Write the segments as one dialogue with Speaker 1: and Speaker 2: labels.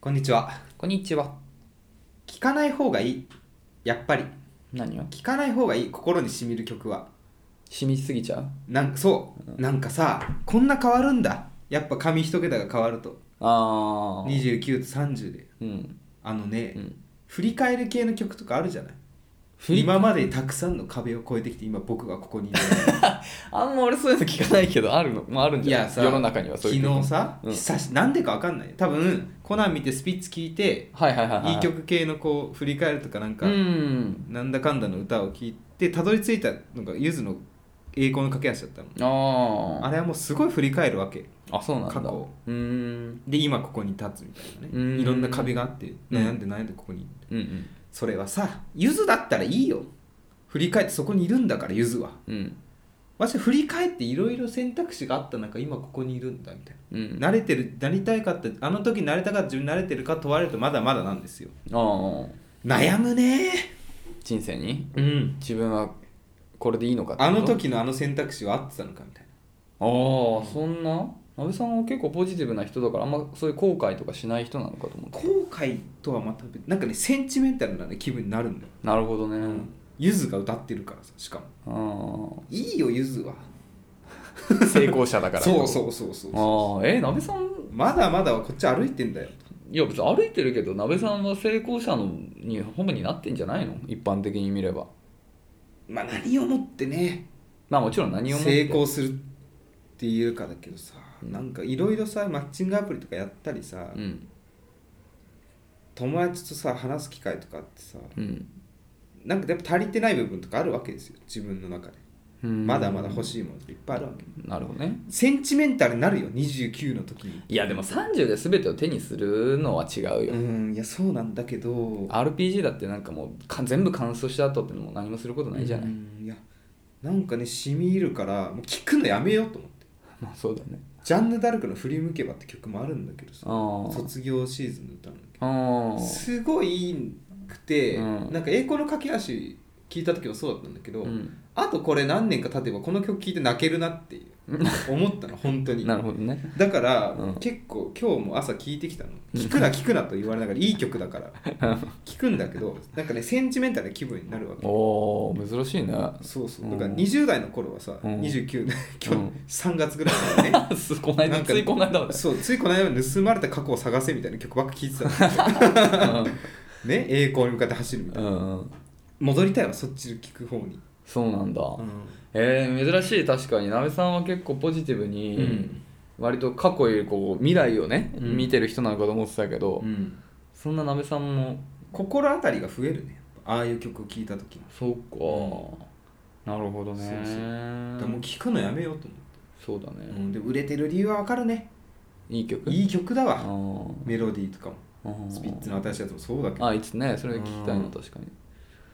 Speaker 1: こんにちは。
Speaker 2: こんにちは。
Speaker 1: 聞かない方がいい。やっぱり。
Speaker 2: 何を
Speaker 1: 聞かない方がいい。心に染みる曲は。
Speaker 2: 染みすぎちゃう
Speaker 1: なんかそう。なんかさ、こんな変わるんだ。やっぱ髪一桁が変わると。
Speaker 2: ああ。
Speaker 1: 29と30で。
Speaker 2: うん。
Speaker 1: あのね、
Speaker 2: うん
Speaker 1: 振り返る系の曲とかあるじゃない
Speaker 2: 振り
Speaker 1: 今までたくさんの壁を越えてきて今僕がここにいる
Speaker 2: あんま俺そういうの聞かないけど、あるのまああるん
Speaker 1: い
Speaker 2: じゃない
Speaker 1: やさ
Speaker 2: 世の中にはそう
Speaker 1: 昨
Speaker 2: いう曲も
Speaker 1: 日さ、
Speaker 2: うん
Speaker 1: 久しなんでか分かんない多分コナン見てスピッツ聴いて
Speaker 2: はいはいはいはい。
Speaker 1: いい曲系のこう振り返るとかなんか、
Speaker 2: うん。
Speaker 1: なんだかんだの歌を聴いてたどり着いたのがゆずの栄光の駆け足だったの
Speaker 2: あ
Speaker 1: あれはもうすごい振り返るわけ
Speaker 2: あ。あ、そうなんだ。
Speaker 1: 過去
Speaker 2: うーん。
Speaker 1: で今ここに立つみたいな
Speaker 2: う
Speaker 1: ね
Speaker 2: ん
Speaker 1: いろんな壁があって悩んで悩んでここに、
Speaker 2: うんうん。
Speaker 1: それはさゆずだったらいいよ振り返ってそこにいるんだからゆずは
Speaker 2: うん。
Speaker 1: 私振り返っていろいろ選択肢があった中今ここにいるんだみたい
Speaker 2: うん。
Speaker 1: な慣れてるなりたいかってあの時なれたか自分慣れてるか問われるとまだまだなんですよ
Speaker 2: ああ。
Speaker 1: 悩むね
Speaker 2: 人生に
Speaker 1: うん
Speaker 2: 自分はこれでいいのかってこ
Speaker 1: あ
Speaker 2: と
Speaker 1: の時のあの選択肢は合ってたのかみたい
Speaker 2: ああ、そんな安倍さんは結構ポジティブな人だから、あんまそういう後悔とかしない人なのかと思っ
Speaker 1: な
Speaker 2: て。
Speaker 1: 後悔とはまた別なんかねセンチメンタルな、ね、気分になるんだよ
Speaker 2: なるほどね。
Speaker 1: ゆずが歌ってるからさしかも
Speaker 2: あ
Speaker 1: いいよゆずは
Speaker 2: あ。成功者だか ら。
Speaker 1: そうそうそうそう
Speaker 2: ああえなべさん
Speaker 1: まだまだこっち歩いてんだよ
Speaker 2: いや別に歩いてるけどなべさんは成功者のに本部になってんじゃないの一般的に見れば
Speaker 1: まあ何をもってね
Speaker 2: まあもちろん何をもって
Speaker 1: 成功するっていうかだけどさ、なんかいろいろさマッチングアプリとかやったりさ、
Speaker 2: うん
Speaker 1: 友達とさ話す機会とかあってさ
Speaker 2: うん
Speaker 1: なんかやっぱ足りてない部分とかあるわけですよ自分の中で、
Speaker 2: うん
Speaker 1: まだまだ欲しいものっていっぱいあるわけ
Speaker 2: なるほどね
Speaker 1: センチメンタルになるよ29の時に
Speaker 2: いやでも30で全てを手にするのは違うよ、
Speaker 1: うんいやそうなんだけど
Speaker 2: RPG だってなんかもうか全部完走した後ってのも何もすることないじゃない、
Speaker 1: うんいやなんかね染み入るからもう聞くのやめようと思って
Speaker 2: まあそうだね
Speaker 1: ジャンヌ・ダルクの「振り向けば」って曲もあるんだけどさ
Speaker 2: ああ
Speaker 1: 卒業シーズンの歌なんだけど
Speaker 2: あ
Speaker 1: すごいいいくて、
Speaker 2: うん
Speaker 1: なんか栄光の駆け足聞いた時もそうだったんだけど、
Speaker 2: あうん
Speaker 1: あとこれ何年か経てばこの曲聴いて泣けるなっていう 思ったの本当に
Speaker 2: なるほどね
Speaker 1: だから、
Speaker 2: うん
Speaker 1: 結構今日も朝聴いてきたの聴くな聴くなと言われながらいい曲だ から聴くんだけどなんかねセンチメンタルな気分になるわけ
Speaker 2: おお珍しいね
Speaker 1: そうそううんだから20代の頃はさ、
Speaker 2: うん
Speaker 1: 29年
Speaker 2: う
Speaker 1: 今
Speaker 2: ん
Speaker 1: 日3月ぐらいだよね
Speaker 2: すこない
Speaker 1: な
Speaker 2: だ
Speaker 1: んか
Speaker 2: ついこな いだわね
Speaker 1: そうついこの間まで盗まれた過去を探せみたいな曲ばっか聴いてたのね栄光に向かって走るみたいな
Speaker 2: う、ん、うん、
Speaker 1: 戻りたいわそっち聞く方に、
Speaker 2: そうなんだ、
Speaker 1: うん
Speaker 2: えー、珍しい確かになべさんは結構ポジティブに割と過去よりこう未来をね、
Speaker 1: うん
Speaker 2: 見てる人なのかと思ってたけど、そんななべさんも
Speaker 1: 心当たりが増えるねやっぱああいう曲を聴いた時に、
Speaker 2: そうか、なるほどね
Speaker 1: そう
Speaker 2: そう
Speaker 1: でもう聴くのやめようと思
Speaker 2: だね
Speaker 1: って、、うん、でも売れてる理由はわかるね
Speaker 2: いい曲
Speaker 1: いい曲だ
Speaker 2: あ
Speaker 1: わ
Speaker 2: ー
Speaker 1: メロディーとかも
Speaker 2: あー
Speaker 1: スピッツの新しいやつもそうだけど
Speaker 2: あいつねそれ聞きたいな
Speaker 1: うん
Speaker 2: 確かに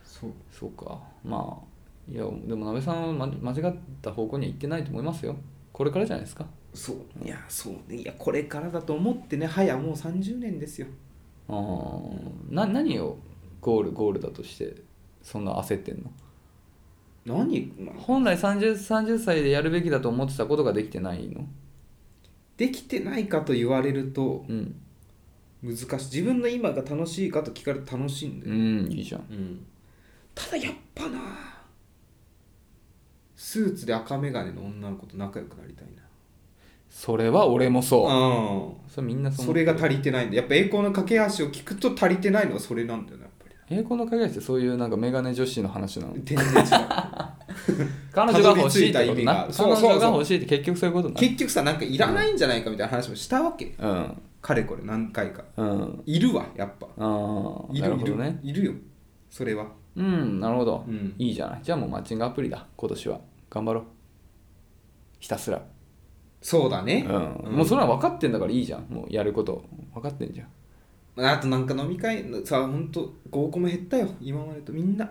Speaker 1: そう
Speaker 2: そうかまあいやでもなべさんはま間違った方向には行ってないと思いますよこれからじゃないですか
Speaker 1: そういやそういやこれからだと思ってね早もう30年ですよ
Speaker 2: あーな何をゴールゴールだとしてそんな焦ってんの
Speaker 1: 何、まあ
Speaker 2: 本来 30, 30歳でやるべきだと思ってたことができてないの
Speaker 1: できてないかと言われると
Speaker 2: うん、
Speaker 1: 難しい自分の今が楽しいかと聞かれると楽しいんだよ
Speaker 2: うん、いいじゃん
Speaker 1: ただやっぱなスーツで赤眼鏡の女の子と仲良くなりたいな
Speaker 2: それは俺もそう
Speaker 1: う
Speaker 2: それみんなんそう
Speaker 1: それが足
Speaker 2: り
Speaker 1: りてないんだやっぱ栄光の架け橋を聞くと足りてないのはそれなんだよなやっぱ
Speaker 2: 栄光の輝きってそういうなんかメガネ女子の話なの
Speaker 1: り全然 違う
Speaker 2: 彼女が欲しい
Speaker 1: たどり着い
Speaker 2: ってことな
Speaker 1: た意味がそ
Speaker 2: 彼
Speaker 1: うそうそう
Speaker 2: 女が欲しいって結局そういうことな
Speaker 1: 結局さなんかいらないんじゃないかみたいな話もしたわけ
Speaker 2: うん
Speaker 1: かれこれ何回か
Speaker 2: うん
Speaker 1: いるわやっぱ
Speaker 2: ああ
Speaker 1: い
Speaker 2: なる
Speaker 1: る
Speaker 2: ほ
Speaker 1: い
Speaker 2: ど
Speaker 1: る、
Speaker 2: ね
Speaker 1: いるよそれは
Speaker 2: うんなるほど、
Speaker 1: うん
Speaker 2: いいじゃないじゃあもうマッチングアプリだ今年は頑張ろうひたすら
Speaker 1: そうだ
Speaker 2: う
Speaker 1: ね、
Speaker 2: ん、もうそれは分かってんだからいいじゃんもうやること分かってんじゃん
Speaker 1: あとなんか飲み会のさほんと合コンも減ったよ今までとみんな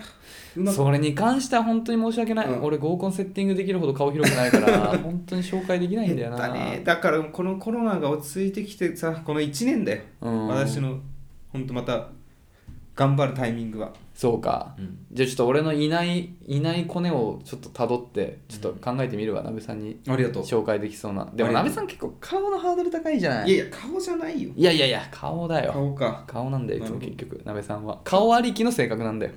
Speaker 1: うまく
Speaker 2: それに関しては本当に申し訳ない、
Speaker 1: うん
Speaker 2: 俺合コンセッティングできるほど顔広くないから 本当に紹介できないんだよな
Speaker 1: だねだからこのコロナが落ち着いてきてさこの1年だよ、
Speaker 2: うん
Speaker 1: 私のほんとまた頑張るタイミングは、
Speaker 2: そうか
Speaker 1: うん、
Speaker 2: じゃあちょっと俺のいないいないコネをちょっとたどってちょっと考えてみるわ、なべさんに
Speaker 1: ありがとう
Speaker 2: 紹介できそうなでも
Speaker 1: ありが
Speaker 2: な
Speaker 1: と
Speaker 2: べ
Speaker 1: う
Speaker 2: さん結構顔のハードル高いじゃない
Speaker 1: いやいや顔じゃないよ
Speaker 2: いやいやいや顔だよ
Speaker 1: 顔か
Speaker 2: 顔なんだよいつも
Speaker 1: なる
Speaker 2: 結局なべさんは顔ありきの性格なんだよ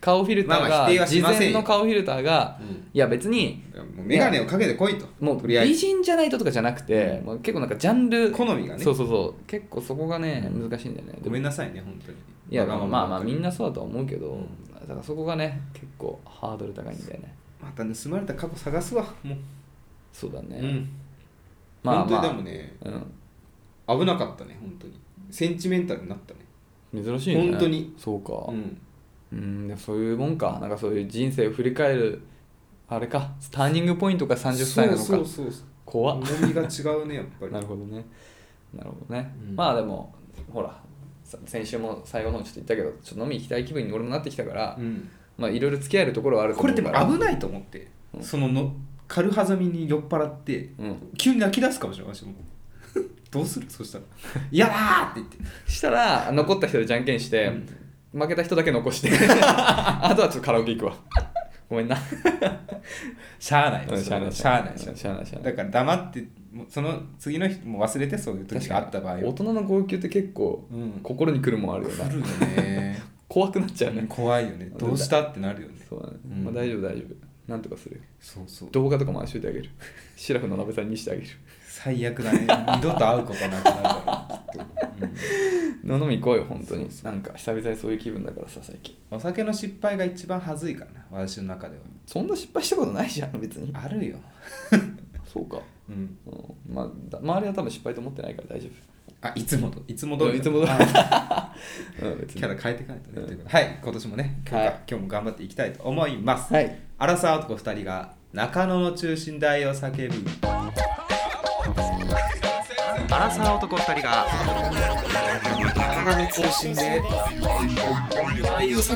Speaker 2: 顔フィルター
Speaker 1: まあまあ否定
Speaker 2: が
Speaker 1: は
Speaker 2: 事
Speaker 1: しませんよ
Speaker 2: 前の顔フィルターが
Speaker 1: うん
Speaker 2: いや別に
Speaker 1: だからもう眼鏡をかけてこいと
Speaker 2: もう
Speaker 1: とりあえ
Speaker 2: 美
Speaker 1: ず
Speaker 2: 人じゃないととかじゃなくて、もう結構なんかジャンル
Speaker 1: 好みがね
Speaker 2: そうそうそう結構そこがね難しいんだよねで
Speaker 1: ご
Speaker 2: も
Speaker 1: め
Speaker 2: い
Speaker 1: んなさいね本当に
Speaker 2: やまあ
Speaker 1: わが
Speaker 2: まあ
Speaker 1: ばば
Speaker 2: まあ
Speaker 1: っか
Speaker 2: み
Speaker 1: り
Speaker 2: んなそうだとは思うけど、
Speaker 1: うん
Speaker 2: だからそこがね結構ハードル高いんだよね
Speaker 1: また盗まれた過去探すわもう、
Speaker 2: そうだね、
Speaker 1: うん
Speaker 2: まあ
Speaker 1: 本当
Speaker 2: ま
Speaker 1: にで
Speaker 2: あ
Speaker 1: もね
Speaker 2: う
Speaker 1: 危なかったね本当にセンチメンタルになったね
Speaker 2: ん、珍しいね
Speaker 1: 本当に
Speaker 2: そうか
Speaker 1: うん
Speaker 2: うんでもそういうもんかなんかそういう人生を振り返るあれかターニングポイントが30歳なのか
Speaker 1: そうそうそう
Speaker 2: 怖っ
Speaker 1: 重みが違うねやっぱり
Speaker 2: なるほどねなるほどね、
Speaker 1: うん
Speaker 2: まあでもほらさ先週も最後の方ちょっと言ったけどちょっと飲み行きたい気分に俺もなってきたから、
Speaker 1: うん、
Speaker 2: まあいろいろ付き合えるところはあると
Speaker 1: こ
Speaker 2: 思
Speaker 1: れ
Speaker 2: う
Speaker 1: で
Speaker 2: から
Speaker 1: も危ないと思って、
Speaker 2: うん
Speaker 1: そのの軽はずみに酔っ払って
Speaker 2: うん、
Speaker 1: 急に泣き出すかもしれない私も どうするそしたら「いやー!」って言って
Speaker 2: したら残った人でじゃんけんして、負けた人だけ 残してあとはちょっとカラオケ行くわごめんな
Speaker 1: しゃあない
Speaker 2: うん
Speaker 1: しゃあない
Speaker 2: し
Speaker 1: し
Speaker 2: ゃ
Speaker 1: ゃ
Speaker 2: あ
Speaker 1: あ
Speaker 2: な
Speaker 1: ないいしゃあない
Speaker 2: しゃあないしゃあな
Speaker 1: だ
Speaker 2: い
Speaker 1: から黙ってもうその次の日も忘れてそういう時があった場合
Speaker 2: 大
Speaker 1: は
Speaker 2: 人の号泣って結構
Speaker 1: うん
Speaker 2: 心にくるもんあるよな
Speaker 1: 来るよね
Speaker 2: 怖くなっちゃうね、
Speaker 1: 怖いよね どうしたってなるよね
Speaker 2: そうだね、
Speaker 1: うん
Speaker 2: まあ大丈夫大丈夫なんとかするよ
Speaker 1: そうそう
Speaker 2: 動画とかも回しといてあげる シラフの鍋さんにして あげる
Speaker 1: 最悪だね二度と会うことなくなるからきっとうん
Speaker 2: 飲み行こうよ本当に
Speaker 1: そうそう
Speaker 2: なんか久々にそういう気分だからさ最近
Speaker 1: お酒の失敗が一番恥ずいからな私の中では
Speaker 2: そんな失敗したことないじゃん別に
Speaker 1: あるよ
Speaker 2: そうか、
Speaker 1: うん
Speaker 2: うん、まあだ周りは多分失敗と思ってないから大丈
Speaker 1: あいつもといつも通
Speaker 2: うん
Speaker 1: り
Speaker 2: いつも通り
Speaker 1: あー
Speaker 2: 夫、うん、別
Speaker 1: キ
Speaker 2: に
Speaker 1: ャラ変えていかないとね、
Speaker 2: うん
Speaker 1: ということではい今年もね今日,、
Speaker 2: はい
Speaker 1: 今日も頑張っていきたいと思います、
Speaker 2: はい
Speaker 1: アラサー男2人が中野の中心大を叫びアラサー男2人が中野の中心で大を叫びお互いの好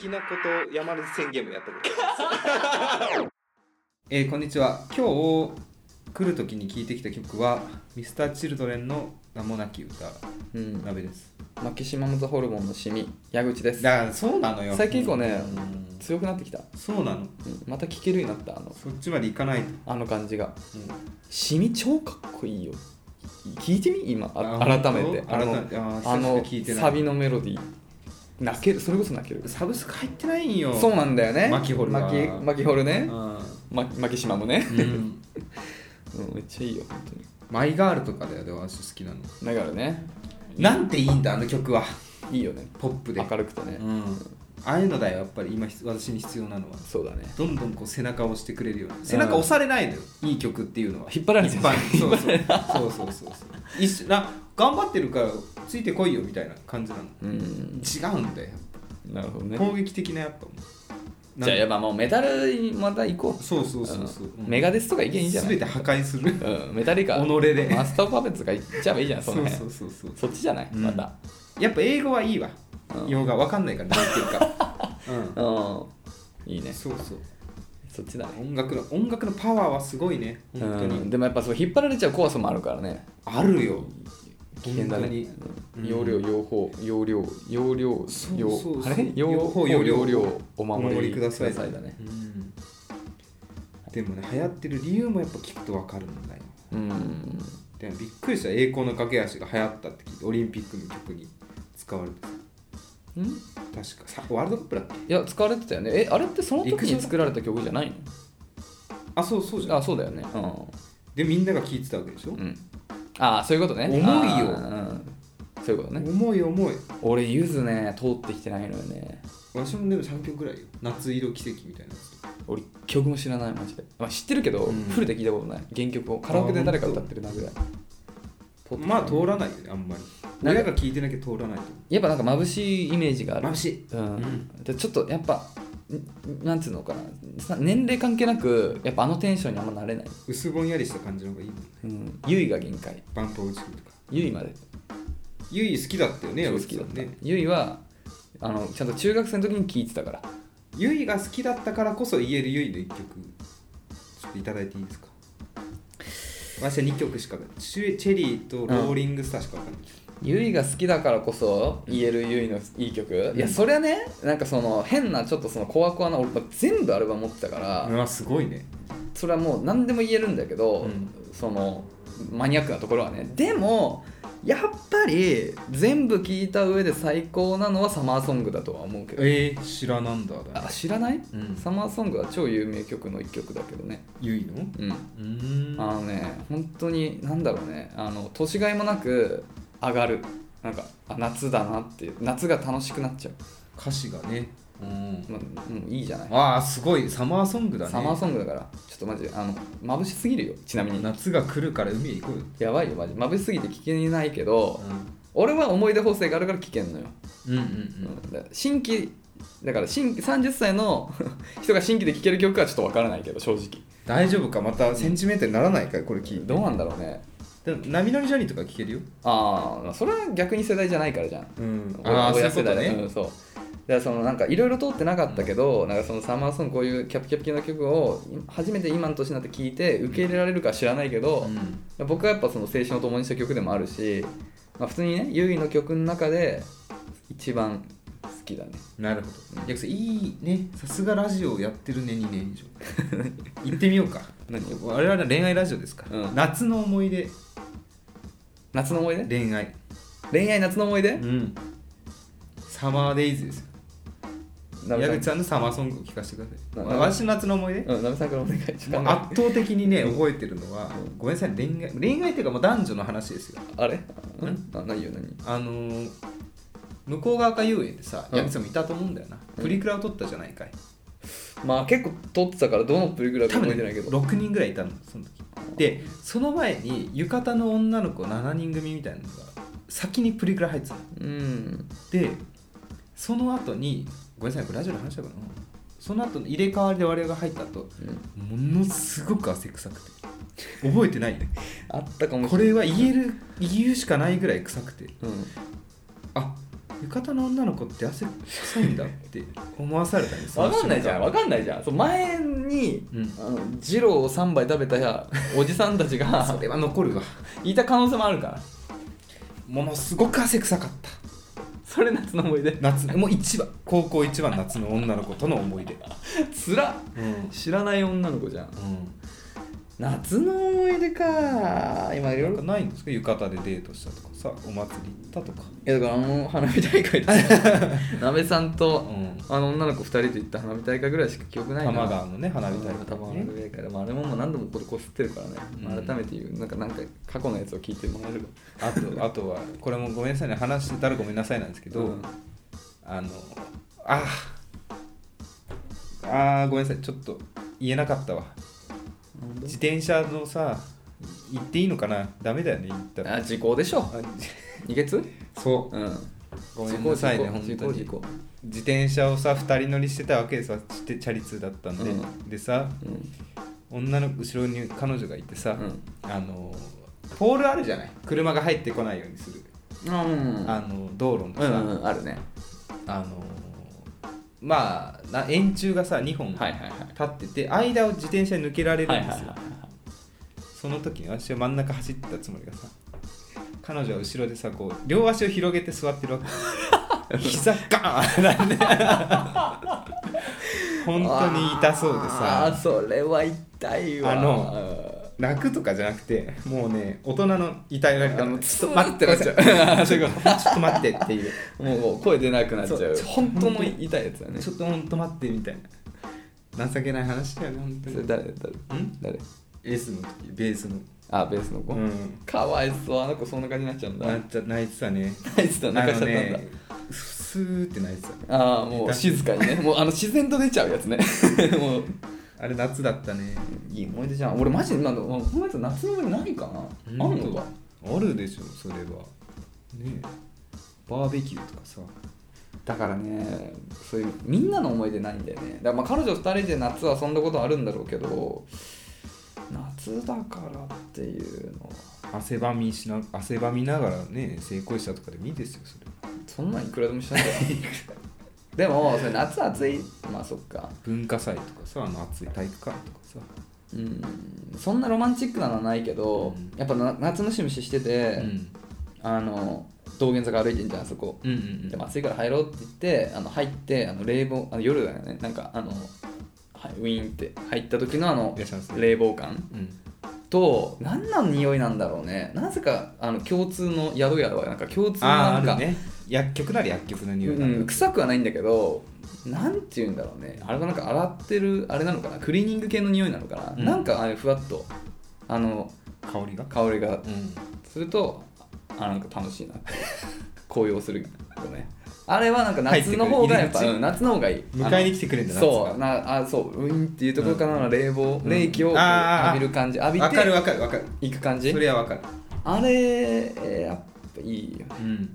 Speaker 1: きなことを山根宣言もやったことです えーこんにちは今日来る時に聴いてきた曲は Mr.Children の「名もなき歌
Speaker 2: うん」
Speaker 1: 鍋です
Speaker 2: マキシマムザホルモンのシミ矢口です
Speaker 1: だからそうなのよ
Speaker 2: 最近以降ね
Speaker 1: うん
Speaker 2: 強くなってきた、
Speaker 1: そうなの
Speaker 2: うん、また聴けるようになったあの
Speaker 1: そっちまで行かないと
Speaker 2: あの感じがシミ超かっこいいよい聞いてみ今あ
Speaker 1: あ
Speaker 2: 改めて
Speaker 1: 本当
Speaker 2: あの
Speaker 1: 改めてあー
Speaker 2: あの
Speaker 1: 久しく聞いてない
Speaker 2: サビのメロディー泣けるそれこそ泣ける
Speaker 1: サブスク入ってないんよ
Speaker 2: そうなんだよね
Speaker 1: マキホルが
Speaker 2: マキマキホルね
Speaker 1: う
Speaker 2: ママキシマもね、
Speaker 1: ん
Speaker 2: うん、めっちゃいいよ本当に
Speaker 1: マイガールとかだよね私好きなの
Speaker 2: だからね
Speaker 1: なんていいんだあの曲はい
Speaker 2: いよね
Speaker 1: ポップで
Speaker 2: 明るくてね、
Speaker 1: うんああいうのだよやっぱり今必私に必要なのは
Speaker 2: そうだね
Speaker 1: どんどんこう背中を押してくれるように背中押されないのよいい曲っていうのは
Speaker 2: 引っ張られてる
Speaker 1: 引張そうそうそうそうそうそう一緒な頑張ってるからついてこいよみたいな感じなの
Speaker 2: うん
Speaker 1: 違うんだよ
Speaker 2: なるほどね
Speaker 1: 攻撃的なやっぱもう
Speaker 2: じゃあやっぱもうメタルにまた行こう
Speaker 1: そうそうそうそう、
Speaker 2: んメガデスとか行けばいいんじゃない
Speaker 1: 全て破壊す る
Speaker 2: うん、メタリカ
Speaker 1: 己で
Speaker 2: マスターパーペッツが行っちゃえばいいじゃんそ
Speaker 1: そ
Speaker 2: の
Speaker 1: う
Speaker 2: 辺
Speaker 1: そ
Speaker 2: そう
Speaker 1: そうそう
Speaker 2: っちじゃない、
Speaker 1: うん
Speaker 2: また
Speaker 1: やっぱ英語はいいわ
Speaker 2: うん
Speaker 1: 洋画わかんないから何言ってる かうん
Speaker 2: うんいいね
Speaker 1: そうそう
Speaker 2: そっちだね
Speaker 1: 音楽の音楽のパワーはすごいね
Speaker 2: う
Speaker 1: 本当に、
Speaker 2: んでもやっぱそう引っ張られちゃう怖さもあるからね
Speaker 1: あるよ
Speaker 2: 危険だ
Speaker 1: 本
Speaker 2: ね
Speaker 1: 当に
Speaker 2: うん
Speaker 1: うん
Speaker 2: 容量用法容量容量
Speaker 1: そう
Speaker 2: 用
Speaker 1: そうそう
Speaker 2: あれ
Speaker 1: 用
Speaker 2: 用法
Speaker 1: 法
Speaker 2: 容
Speaker 1: 容量
Speaker 2: 量お守
Speaker 1: お守
Speaker 2: り
Speaker 1: り
Speaker 2: く
Speaker 1: く
Speaker 2: だ
Speaker 1: だ
Speaker 2: さ
Speaker 1: さ
Speaker 2: い
Speaker 1: い
Speaker 2: だね
Speaker 1: うんでもね流行ってる理由もやっぱ聞くとわかるんだよ
Speaker 2: うん
Speaker 1: でもびっくりした栄光の架け橋が流行ったって聞いてオリンピックの曲に使われてた
Speaker 2: んい
Speaker 1: 確かさワールドカップだっけ
Speaker 2: や使われてたよねえあれってその時に作られた曲じゃないの
Speaker 1: あそうそうじゃん
Speaker 2: あそうだよねう
Speaker 1: でみんなが聴いてたわけでしょ
Speaker 2: ん、うん、ああそういうことね
Speaker 1: 重いよ
Speaker 2: あーうんそういうことね
Speaker 1: 重い重い
Speaker 2: 俺ゆずね通ってきてないのよね
Speaker 1: 私もでも3曲ぐらいよ夏色奇跡みたいなやつとか
Speaker 2: 俺一曲も知らないマジで、まあ、知ってるけど、
Speaker 1: うん
Speaker 2: フルで聞いたことない原曲をカラオケで誰か歌ってるなぐらい
Speaker 1: まあ通らないよねあんまり
Speaker 2: なんか
Speaker 1: 親が聴いてなきゃ通らないと
Speaker 2: やっぱなんか眩しいイメージがある
Speaker 1: 眩しい
Speaker 2: うん
Speaker 1: うん
Speaker 2: でちょっとやっぱんなんつうのかなさ年齢関係なくやっぱあのテンションにあんまなれない、
Speaker 1: 薄ぼんやりした感じの方がいいもんね
Speaker 2: うん、ゆいが限界
Speaker 1: バンポーチキンとか
Speaker 2: ゆいまで
Speaker 1: ゆい好きだったよね
Speaker 2: 超好
Speaker 1: 矢口
Speaker 2: き
Speaker 1: さ
Speaker 2: だっ
Speaker 1: ん
Speaker 2: た、
Speaker 1: ね
Speaker 2: ゆいはあのちゃんと中学生の時に聴いてたから
Speaker 1: ゆいが好きだったからこそ言えるゆいの1曲ちょっといただいていいですか私は2曲しかチュチェリーとローリングスターしかわかんない、
Speaker 2: ゆいが好きだからこそ言えるゆいのいい曲、いやそりゃねなんかその変なちょっとそのコアコアな俺全部アルバム持ってたから、
Speaker 1: うわすごいね
Speaker 2: それはもう何でも言えるんだけど、
Speaker 1: うん
Speaker 2: そのマニアックなところはねでもやっぱり全部聞いた上で最高なのはサマーソングだとは思うけど
Speaker 1: えー、知らなんだだ
Speaker 2: あ知らない、
Speaker 1: うん
Speaker 2: サマーソングは超有名曲の一曲だけどね
Speaker 1: ゆいの
Speaker 2: うん
Speaker 1: うーん
Speaker 2: あのね本当に何だろうねあの年がいもなく上がるなんかあ夏だなっていう夏が楽しくなっちゃ
Speaker 1: 歌詞がね、うん
Speaker 2: う、まうんいいじゃない
Speaker 1: ああすごいサマーソングだね
Speaker 2: サマーソングだからちょっとマジあの眩しすぎるよちなみに
Speaker 1: 夏が来るから海へ行こうよ、
Speaker 2: やばいよマジ眩しすぎて聞けないけど、俺は思い出補正があるから聞けんのよ、
Speaker 1: うん、うんうん
Speaker 2: だから新規だから新規30歳の 人が新規で聴ける曲はちょっとわからないけど正直
Speaker 1: 大丈夫かまたセンチメートルにならないかこれ聞いて
Speaker 2: どうなんだろうね
Speaker 1: でもなみなみジャニーとか聞けるよ、
Speaker 2: ああそれは逆に世代じゃないからじゃん
Speaker 1: うんああ
Speaker 2: お
Speaker 1: そうい
Speaker 2: 親
Speaker 1: うこと
Speaker 2: 世代だ
Speaker 1: ね
Speaker 2: うんそうだからそのなんかいろいろ通ってなかったけど、なんかそのサマーソングこういうキャピキャピ系の曲を初めて今の年になって聞いて受け入れられるか知らないけど、
Speaker 1: うん
Speaker 2: 僕はやっぱその青春を共にした曲でもあるし、まあ、普通にね優衣の曲の中で一番好きだね
Speaker 1: なるほどいやそれいいねさすがラジオやってるね2年以上 行ってみようか
Speaker 2: 何
Speaker 1: 我々は恋愛ラジオですから、
Speaker 2: うん
Speaker 1: 夏の思い出
Speaker 2: 夏の思い出
Speaker 1: 恋愛
Speaker 2: 恋愛夏の思い出
Speaker 1: うんサマーデイズですよ
Speaker 2: なべ
Speaker 1: 矢
Speaker 2: さん
Speaker 1: 口さんのサマーソングを聞かせてください、
Speaker 2: な
Speaker 1: 私の夏の思い出、
Speaker 2: うん、なべさんからお願いし
Speaker 1: もう
Speaker 2: ま
Speaker 1: 圧
Speaker 2: す
Speaker 1: 倒的にね覚えてるのは
Speaker 2: うん
Speaker 1: ごめんなさい恋愛恋愛っていうかもう男女の話ですよ
Speaker 2: あれうんんな何よ何
Speaker 1: あのー向こう側か遊園でさ
Speaker 2: うん
Speaker 1: ヤミさんもいたと思うんだよな、
Speaker 2: うん
Speaker 1: プリクラを撮ったじゃないかい
Speaker 2: まあ結構撮ってたからどのプリクラか
Speaker 1: 多分、
Speaker 2: 覚え
Speaker 1: ね、
Speaker 2: てないけど
Speaker 1: 6人ぐらいいたのその時でその前に浴衣の女の子7人組みたいなのが先にプリクラ入ってたの
Speaker 2: うん
Speaker 1: でその後にごめんなさいこれラジオで話したかなその後の入れ替わりで我々が入った後
Speaker 2: うん
Speaker 1: ものすごく汗臭くて覚えてないね
Speaker 2: あったかもし
Speaker 1: こ
Speaker 2: れない
Speaker 1: れは言える言うしかないぐらい臭くて
Speaker 2: うん
Speaker 1: あ浴衣の女の子って汗臭いんだって 思わされたんです
Speaker 2: わかんないじゃんわ
Speaker 1: わ
Speaker 2: かんないじゃんそう前に
Speaker 1: うん
Speaker 2: あの二郎を3杯食べ たおじさんたちが
Speaker 1: それは残るわ
Speaker 2: いた可能性もあるから
Speaker 1: ものすごく汗臭かった
Speaker 2: それ夏の思い出
Speaker 1: 夏もう一番高校一番夏の女の子との思い出
Speaker 2: つらっ
Speaker 1: うん、うん、
Speaker 2: 知らない女の子じゃん夏の思い出か今いろ
Speaker 1: なん
Speaker 2: いろ
Speaker 1: かないんですか浴衣でデートしたとかさお祭り行ったとか
Speaker 2: いやだからあの花火大 会ですよ鍋さん
Speaker 1: う
Speaker 2: と
Speaker 1: ん
Speaker 2: あの女の子2人で行った花火大会ぐらいしか記憶ないな
Speaker 1: 玉川のね花火大
Speaker 2: うん多
Speaker 1: 会
Speaker 2: 分花
Speaker 1: ね
Speaker 2: 火大会でもあれももう何度もこれこすってるからね、まあ
Speaker 1: うん
Speaker 2: 改めて言うなんかなんか過去のやつを聞いてもらえれば
Speaker 1: あとあとはこれもごめんなさいね話してたらごめんなさいなんですけど、
Speaker 2: うん
Speaker 1: あのあーあーごめんなさいちょっと言えなかったわ自転車のさ行っていいのかなダメだよね行ったら
Speaker 2: あ時効でしょ
Speaker 1: あ
Speaker 2: 二月
Speaker 1: そ
Speaker 2: うん
Speaker 1: うごめんなさいね本
Speaker 2: 時
Speaker 1: 当
Speaker 2: 効
Speaker 1: に
Speaker 2: 時効時効
Speaker 1: 自転車をさ2人乗りしてたわけですわちってチャリ通だったんで、
Speaker 2: うん
Speaker 1: でさ
Speaker 2: うん
Speaker 1: 女の後ろに彼女がいてさ、
Speaker 2: うん
Speaker 1: あのポールあるじゃない車が入ってこないようにする、
Speaker 2: あうん
Speaker 1: あの道路の
Speaker 2: う
Speaker 1: さ、
Speaker 2: んうんあるね
Speaker 1: あのまあな円柱がさ2本立
Speaker 2: はいはいはい
Speaker 1: ってて、間を自転車に抜けられるんですよ、
Speaker 2: はいはいはいはい
Speaker 1: その時に私は真ん中走ってたつもりがさ彼女は後ろでさこう両足を広げて座ってるわ け膝ガーンなんで本当に痛そうで
Speaker 2: あー
Speaker 1: さ
Speaker 2: それは痛いわ
Speaker 1: あの泣くとかじゃなくてもうね大人の痛いなり
Speaker 2: あ
Speaker 1: 方
Speaker 2: の
Speaker 1: ちょっと待ってなっちゃう ちょっと待ってっていう
Speaker 2: もうもう声出なくなっちゃう
Speaker 1: そう
Speaker 2: 本当の痛いやつだね
Speaker 1: ちょっとほんと待ってみたいな情けない話だよね本当
Speaker 2: それ
Speaker 1: に
Speaker 2: 誰誰
Speaker 1: ん
Speaker 2: 誰
Speaker 1: エースの時ベースの
Speaker 2: あベースの子、
Speaker 1: うん
Speaker 2: かわいそうあの子そんな感じになっちゃうんだ
Speaker 1: なっちゃ泣いてたね
Speaker 2: ナイスだ泣かしちゃったん
Speaker 1: あの
Speaker 2: だ
Speaker 1: ねスーって泣いてた
Speaker 2: ああもう静かにねもうあの自然と出ちゃうやつね もう
Speaker 1: あれ夏だったね
Speaker 2: いい思い出じゃん俺マジで今のこのやつ夏の思い出ないかなあんのか
Speaker 1: あるでしょそれはねえバーベキューとかさ
Speaker 2: だからねそういうみんなの思い出ないんだよねだからまあ彼女2人で夏遊んだことあるんだろうけど夏だからっていうのは
Speaker 1: 汗ばみしな汗ばみながらね成功したとかでもいいですよそれは
Speaker 2: そんなんいくらでもしないからでもそれ夏暑いまあそっか
Speaker 1: 文化祭とかさあの暑い体育館とかさ
Speaker 2: うんそんなロマンチックなのはないけど、
Speaker 1: うん
Speaker 2: やっぱな夏ムシムシしてて、
Speaker 1: うん
Speaker 2: あの道玄坂歩いてんじゃんあそこ、
Speaker 1: うんうん
Speaker 2: でも暑いから入ろうって言ってあの入ってあの冷房あの夜だよねなんかあの、はい、ウィーンって入った時のあの
Speaker 1: いらっしゃいますね
Speaker 2: 冷房感
Speaker 1: うん
Speaker 2: と何なの匂いなんだろうねなぜかあの共通の宿屋はなんか共通の
Speaker 1: あ
Speaker 2: な
Speaker 1: あ
Speaker 2: ん
Speaker 1: ー
Speaker 2: か
Speaker 1: あるね薬局なら薬局の匂いだ、
Speaker 2: うん、臭くはないんだけどなんて言うんだろうねあれはなんか洗ってるあれなのかなクリーニング系の匂いなのかな、
Speaker 1: うん
Speaker 2: なんかあれふわっとあの
Speaker 1: 香りが
Speaker 2: 香りが
Speaker 1: うん
Speaker 2: するとあなんか楽しいな 紅葉するよねあれはなんか夏の方がやっぱ、
Speaker 1: 入ってくる入り口
Speaker 2: うん夏の方がいい
Speaker 1: 迎えに来てくれんだ
Speaker 2: あの
Speaker 1: な
Speaker 2: そうなあそうウィンっていうところからの冷房、
Speaker 1: うん
Speaker 2: 冷気を
Speaker 1: うんあー
Speaker 2: 浴びる感じ浴び
Speaker 1: わかる
Speaker 2: て
Speaker 1: わかるわかる
Speaker 2: いく感じ
Speaker 1: それはわかる
Speaker 2: あれやっぱいいよね、
Speaker 1: うん
Speaker 2: うん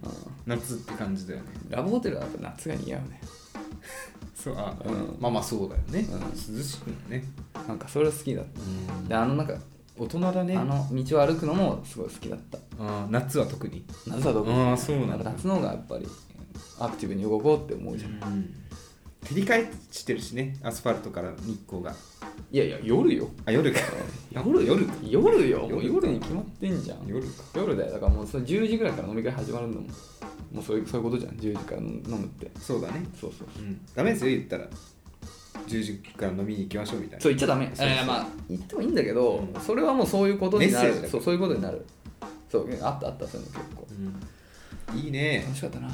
Speaker 1: 夏って感じだよね
Speaker 2: ラブホテルはやっぱ夏が似合うね
Speaker 1: そうあ、
Speaker 2: うん
Speaker 1: まあまあそうだよね、
Speaker 2: うん
Speaker 1: 涼しくもね
Speaker 2: なんかそれは好きだった
Speaker 1: うん
Speaker 2: であのなんか
Speaker 1: 大人だね
Speaker 2: あの道を歩くのもすごい好きだった
Speaker 1: あー夏は特に
Speaker 2: 夏だと
Speaker 1: ああそうなんだ
Speaker 2: 夏の方がやっぱりアクティブに動こうって思うじゃん、
Speaker 1: うん照り返してるしねアスファルトから日光が
Speaker 2: いやいや夜よ
Speaker 1: あ夜か
Speaker 2: 夜
Speaker 1: 夜か
Speaker 2: 夜よもう
Speaker 1: 夜
Speaker 2: 夜に決まってんじゃん
Speaker 1: 夜か
Speaker 2: 夜だよだからもうそれ10時ぐらいから飲み会始まるんだもんもうそういうそういうことじゃん10時から飲むって
Speaker 1: そうだね
Speaker 2: そうそう
Speaker 1: うんダメですよ言ったら10時から飲みに行きましょうみたいな
Speaker 2: そう言っちゃダメ
Speaker 1: そうそう
Speaker 2: えーまあ言ってもいいんだけど、
Speaker 1: うん
Speaker 2: それはもうそういうことにな
Speaker 1: メッセージだ
Speaker 2: る
Speaker 1: から
Speaker 2: そうそういうことになるそうあったあったそういうの結構
Speaker 1: うんいいね
Speaker 2: 楽しかったな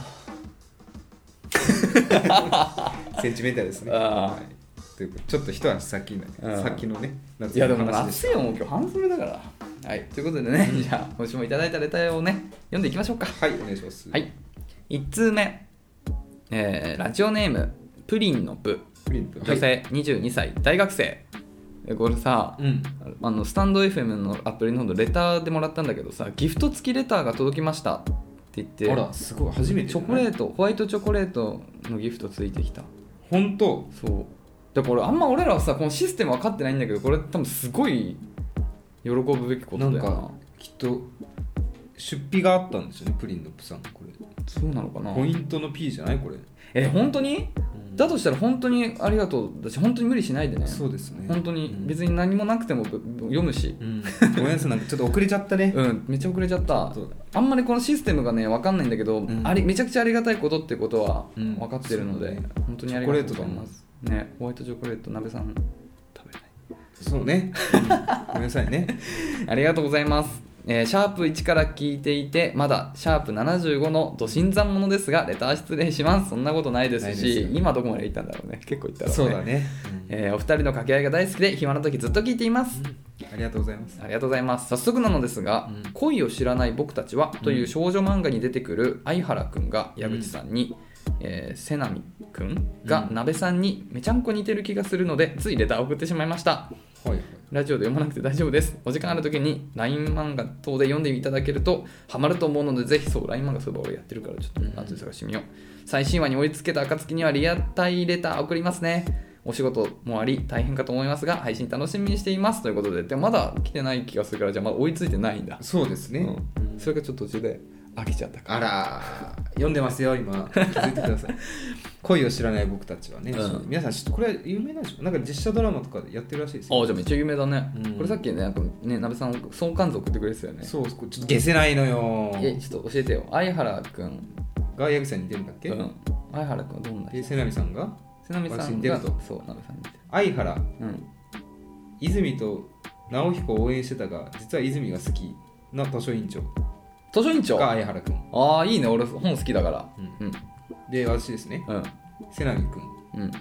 Speaker 1: センチメンタルですね
Speaker 2: あー
Speaker 1: はいということでちょっと一足先だ
Speaker 2: う
Speaker 1: ね
Speaker 2: ん
Speaker 1: さっきのね
Speaker 2: い
Speaker 1: 夏
Speaker 2: やで
Speaker 1: の
Speaker 2: も
Speaker 1: 話でし
Speaker 2: 暑いよもう今日半袖だからはいということでね、じゃあ今週もいただいたレターをね読んでいきましょうか
Speaker 1: たはいお願いします
Speaker 2: はい1通目、えーラジオネームプリンの部
Speaker 1: プリント
Speaker 2: 女性22歳大学生えこれさ、
Speaker 1: うん
Speaker 2: あのスタンド FM のアプリの方のレターでもらったんだけどさギフト付きレターが届きましたって言って
Speaker 1: あらすごい初めて
Speaker 2: チョコレ
Speaker 1: ー
Speaker 2: ートホワイトチョコレートのギフトついてきた
Speaker 1: 本当
Speaker 2: そうだから俺あんま俺らはさこのシステム分かってないんだけどこれ多分すごい喜ぶべきことだ
Speaker 1: な
Speaker 2: よ
Speaker 1: ん
Speaker 2: な
Speaker 1: かきっと出費があったんですよねプリンのプさんこれ
Speaker 2: そうなのかな
Speaker 1: ポイントの P じゃないこれ
Speaker 2: え本当にだとしたら本当にありがとうだし本当に無理しないでね
Speaker 1: そうですね
Speaker 2: 本当に
Speaker 1: うん
Speaker 2: 別に何もなくてもぶぶ読むし
Speaker 1: うんごめんなさいなんかちょっと遅れちゃったね
Speaker 2: うんめっちゃ遅れちゃった
Speaker 1: そう
Speaker 2: あんまりこのシステムがね分かんないんだけど、
Speaker 1: ん
Speaker 2: ありめちゃくちゃありがたいことってことは
Speaker 1: うん
Speaker 2: 分かってるので、
Speaker 1: そうね
Speaker 2: 本当にありがとうござい
Speaker 1: チョコレートだも
Speaker 2: ま
Speaker 1: ん
Speaker 2: すねホワイトチョコレート鍋さん食べない
Speaker 1: そう ねうんごめんなさいね
Speaker 2: ありがとうございます。えーシャープ1から聞いていてまだシャープ75のど新参者ですがレター失礼しますそんなことないです
Speaker 1: ないです
Speaker 2: し
Speaker 1: よ
Speaker 2: 今どこまで行ったんだろうね結構行ったろうね
Speaker 1: そうだねうん
Speaker 2: えーお二人の掛け合いが大好きで暇な時ずっと聞いています、
Speaker 1: ありがとうございます
Speaker 2: ありがとうございます早速なのですが「
Speaker 1: うん
Speaker 2: 恋を知らない僕たちは」という少女漫画に出てくる相原くんが矢口さんに、えー瀬波くんが
Speaker 1: うん
Speaker 2: 鍋さんにめちゃんこ似てる気がするのでついレターを送ってしまいました
Speaker 1: はいはい
Speaker 2: ラジオで読まなくて大丈夫です。お時間ある時に LINE 漫画等で読んでいただけるとハマると思うので、ぜひそう、LINE 漫画そういえば俺やってるから、ちょっと
Speaker 1: うん
Speaker 2: 後で探してみよう。最新話に追いつけた暁にはリアタイレター送りますね。お仕事もあり大変かと思いますが、配信楽しみにしていますということで、でもまだ来てない気がするから、じゃあまだ追いついてないんだ。
Speaker 1: そうですね
Speaker 2: うん
Speaker 1: うん
Speaker 2: それがちょっと途中で飽きちゃったか
Speaker 1: あらー読んでますよ今気づいてくださ い恋を知らない僕たちはね、
Speaker 2: うん
Speaker 1: 皆さん知ってこれ有名なんでしょなんか実写ドラマとかでやってるらしいです
Speaker 2: ら。あ
Speaker 1: よ
Speaker 2: あ、じゃあめっちゃ有名だね。
Speaker 1: うん
Speaker 2: これさっきね、なんかね、なべさん、相関図送ってくれてたよね。
Speaker 1: そうそうちょっと消せないのよ
Speaker 2: え、ちょっと教えてよ。相原くん。
Speaker 1: が矢口さんに似てるんだっけ、
Speaker 2: うん。相原くんはどんな人
Speaker 1: で瀬波さんが
Speaker 2: 瀬波さ
Speaker 1: 私
Speaker 2: ん
Speaker 1: に出
Speaker 2: が
Speaker 1: ると
Speaker 2: そう鍋さんに出て
Speaker 1: 相原
Speaker 2: うん
Speaker 1: 泉と直彦を応援してたが実は泉が好きの図書委員長
Speaker 2: 図書委員長
Speaker 1: が
Speaker 2: あ
Speaker 1: 相原くん
Speaker 2: あーいいね俺本好きだからうん
Speaker 1: で私ですね
Speaker 2: うん
Speaker 1: 瀬波くん
Speaker 2: うん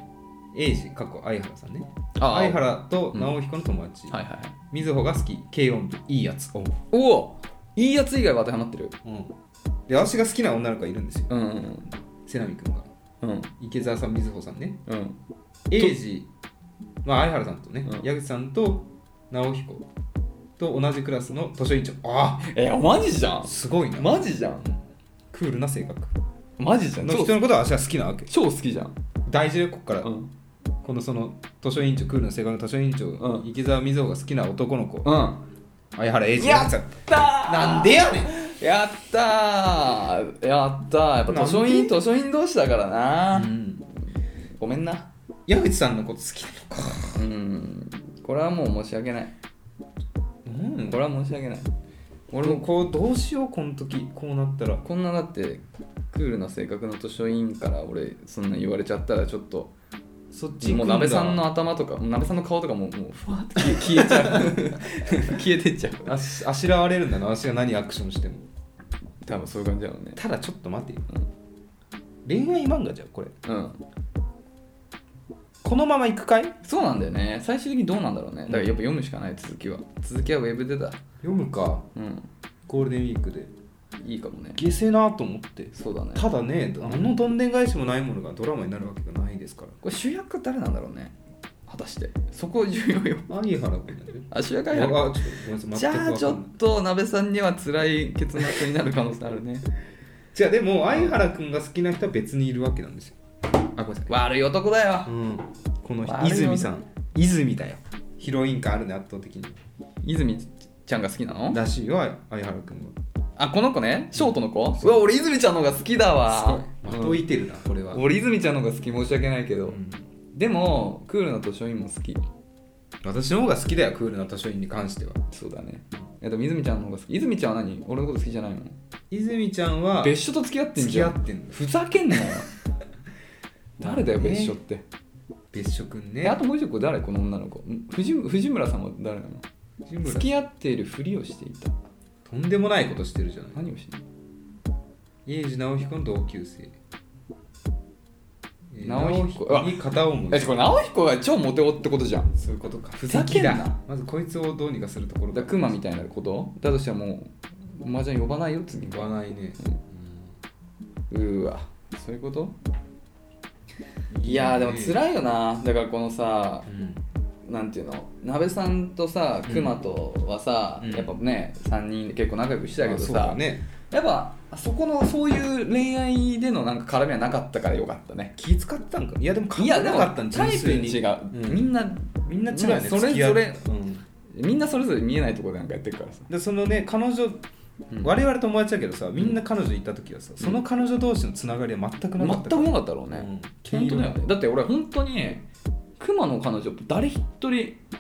Speaker 1: 英二過去相原さんね
Speaker 2: あ
Speaker 1: 相
Speaker 2: は
Speaker 1: 原と直彦の友達、
Speaker 2: いはいはい
Speaker 1: 瑞穂が好き軽音部いいやつお
Speaker 2: おおいいやつ以外は当てはまってる
Speaker 1: うん、で私が好きな女の子がいるんですよ
Speaker 2: うんうん
Speaker 1: 瀬波君が
Speaker 2: うん
Speaker 1: 池澤さん瑞穂さんね
Speaker 2: うん
Speaker 1: 英二まあ相原さんとね、
Speaker 2: うん
Speaker 1: 矢口さんと直彦と同じクラスの図書委員長あ
Speaker 2: えマジじゃ
Speaker 1: あ
Speaker 2: ん
Speaker 1: すごいな、
Speaker 2: マジじゃん
Speaker 1: クールな性格
Speaker 2: マジじゃん
Speaker 1: の
Speaker 2: 超
Speaker 1: 人のことは私は好きなわけ
Speaker 2: 超好きじゃん
Speaker 1: 大事よここから、
Speaker 2: うん
Speaker 1: このその図書委員長クールな性格の図書委員長、
Speaker 2: うん
Speaker 1: 池澤瑞穂が好きな男の子、
Speaker 2: うん
Speaker 1: 相原英二
Speaker 2: やったー
Speaker 1: なんでやねん
Speaker 2: やったーやったーやっぱ図書委員
Speaker 1: な
Speaker 2: 図書委員同士だからな、
Speaker 1: うん
Speaker 2: ごめんな
Speaker 1: 矢口さんのこと好きなのか
Speaker 2: うんこれはもう申し訳ない
Speaker 1: うん
Speaker 2: これは申し訳ない
Speaker 1: 俺もこうどうしようこの時こうなったら
Speaker 2: こんなだってクールな性格の図書委員から俺そんな言われちゃったらちょっと
Speaker 1: そっち行く
Speaker 2: もうん
Speaker 1: だ
Speaker 2: 鍋さんの頭とかもう鍋さんの顔とかもうもうふわって消え消えちゃ う消えてっちゃう
Speaker 1: あしあしらわれるんだな私が何アクションしても
Speaker 2: 多分そういう感じだろうね
Speaker 1: ただちょっと待てよ、恋愛漫画じゃんこれ
Speaker 2: うん
Speaker 1: このまま行くかい
Speaker 2: そうなんだよね最終的にどうなんだろうねだからやっぱ読むしかない続きは続きはウェブでだ
Speaker 1: 読むか
Speaker 2: うん
Speaker 1: ゴールデンウィークで
Speaker 2: いいかもね
Speaker 1: 下世なと思って
Speaker 2: そうだね
Speaker 1: ただねあのどんでん返しもないものがドラマになるわけがないですから
Speaker 2: これ主役誰なんだろうね果たしてそこ重要よ
Speaker 1: 有原君だね
Speaker 2: あ主役
Speaker 1: あ
Speaker 2: は
Speaker 1: ちょっと
Speaker 2: やる
Speaker 1: ごめんなさい
Speaker 2: じゃあちょっと鍋さんには辛い結末になる可能性あるね
Speaker 1: じゃあでも相原君が好きな人は別にいるわけなんですよ
Speaker 2: あごめんなさい悪い男だよ
Speaker 1: うんこの人
Speaker 2: あれはね
Speaker 1: 泉さん泉だよヒロイン感あるね圧倒的に
Speaker 2: 泉ちゃんが好きなの
Speaker 1: らしいよ相原君は
Speaker 2: あこの子ねショートの子う
Speaker 1: そう
Speaker 2: わ俺泉ちゃんの方が好きだわ
Speaker 1: ま
Speaker 2: うん
Speaker 1: といてるなこれは
Speaker 2: 俺泉ちゃんの方が好き申し訳ないけど、
Speaker 1: うん
Speaker 2: でもクールな図書員も好き
Speaker 1: 私の方が好きだよクールな図書院に関しては
Speaker 2: そうだねえでも泉ちゃんの方が好き泉ちゃんは何俺のこと好きじゃないの
Speaker 1: 泉ちゃんは
Speaker 2: 別所と付き合ってん
Speaker 1: 付
Speaker 2: じ
Speaker 1: き
Speaker 2: ゃ
Speaker 1: 合
Speaker 2: ん
Speaker 1: ってんの
Speaker 2: ふざけん なよ誰だよ
Speaker 1: まあね
Speaker 2: 別所って、
Speaker 1: 別所くん
Speaker 2: え
Speaker 1: ね
Speaker 2: あともう一個誰この女の子ん藤藤村さんは誰なの
Speaker 1: 藤村
Speaker 2: 付き合っているふりをしていた
Speaker 1: とんでもないことしてるじゃない
Speaker 2: 何をしている
Speaker 1: 家路直彦の同級生えー
Speaker 2: 直彦
Speaker 1: 直に片思い
Speaker 2: えこれ直彦が超モテ男ってことじゃんだか
Speaker 1: そういうことか
Speaker 2: ふざけんな
Speaker 1: 敵だまずこいつをどうにかするところ
Speaker 2: らクマみたいなことだとしてはもう麻雀呼ばないよ次
Speaker 1: 言わないね、
Speaker 2: うーわそういうこといやーでも辛いよなだからこのさ
Speaker 1: うん
Speaker 2: なんていうの鍋さんとさ
Speaker 1: うん
Speaker 2: クマとはさ、
Speaker 1: うん
Speaker 2: やっぱね3人で結構仲良くしてたけど
Speaker 1: あそう
Speaker 2: さ
Speaker 1: だ、ね
Speaker 2: やっぱそこのそういう恋愛でのなんか絡みはなかったからよかったね
Speaker 1: 気使ってたんかいやでもかっ
Speaker 2: い
Speaker 1: こ
Speaker 2: や
Speaker 1: よ
Speaker 2: でも
Speaker 1: かったん
Speaker 2: タイプに違う、みんな
Speaker 1: みんな違うよね
Speaker 2: それ
Speaker 1: 付き合っ
Speaker 2: ぞれ
Speaker 1: うん
Speaker 2: みんなそれぞれ見えないところでなんかやってるからさ、
Speaker 1: でそのね彼女、
Speaker 2: うん
Speaker 1: 我々友達だけどさみんな彼女いた時はさ、その彼女同士のつながりは全くなかった
Speaker 2: 全くなかったろうね、
Speaker 1: うん
Speaker 2: 本当だよね
Speaker 1: 黄色
Speaker 2: だって俺本当に熊の彼女誰一人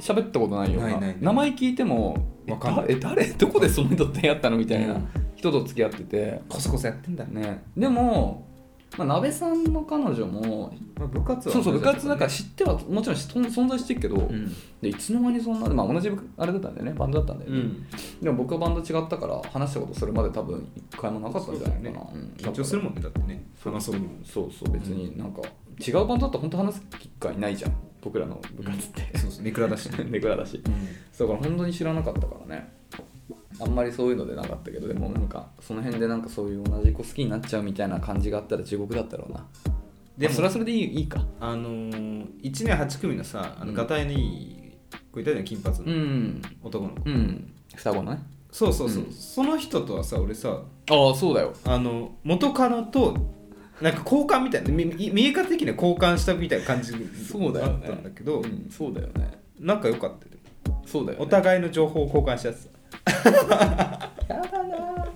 Speaker 2: 喋ったことないよ
Speaker 1: ないないない
Speaker 2: 名前聞いても
Speaker 1: わかんない
Speaker 2: えだえ誰 どこでその人と出会ったのみたいな
Speaker 1: うん
Speaker 2: 人と付き合ってて、
Speaker 1: コソコソやってんだね、
Speaker 2: ね、でも、まあ、鍋さんの彼女も
Speaker 1: まあ、部活は
Speaker 2: そうそう部活だから
Speaker 1: し、
Speaker 2: 知ってはもちろんしとん存在してるけど、
Speaker 1: うん
Speaker 2: でいつの間にそんな、まあ、同じ部あれだったんだよねバンドだったんだよ
Speaker 1: う
Speaker 2: ね、
Speaker 1: ん、
Speaker 2: でも僕はバンド違ったから話したことそれまで多分一回もなかったんじゃないかな
Speaker 1: そうだよね
Speaker 2: うん
Speaker 1: 緊張するもんねだってね
Speaker 2: そう
Speaker 1: 話そうにも
Speaker 2: そうそう別になんか違うバンドだと本当話す機会ないじゃん僕らの部活って
Speaker 1: そうそうネクラだし、 ね
Speaker 2: ネクラだしそうだから本当に知らなかったからねあんまりそういうのでなかったけどでもなんかその辺でなんかそういう同じ子好きになっちゃうみたいな感じがあったら地獄だったろうな
Speaker 1: で
Speaker 2: でも
Speaker 1: も
Speaker 2: それはそれでいいいいか
Speaker 1: あのー、1年8組のさあ
Speaker 2: う
Speaker 1: の
Speaker 2: ん
Speaker 1: ガタイのいいこういたじゃん金髪
Speaker 2: う
Speaker 1: の
Speaker 2: ん
Speaker 1: 男の子、
Speaker 2: うん双子のね
Speaker 1: そうそうそう、
Speaker 2: うん
Speaker 1: その人とはさ俺さ
Speaker 2: ああそうだよ
Speaker 1: あの元カノとなんか交換みたいなみみ見え方的には交換したみたいな感じ
Speaker 2: そうだよ
Speaker 1: あ
Speaker 2: ね
Speaker 1: ったんだけど、
Speaker 2: うんそうだよね
Speaker 1: 仲良かったよ
Speaker 2: そうだよ、ね、
Speaker 1: お互いの情報を交換したやつ
Speaker 2: やだな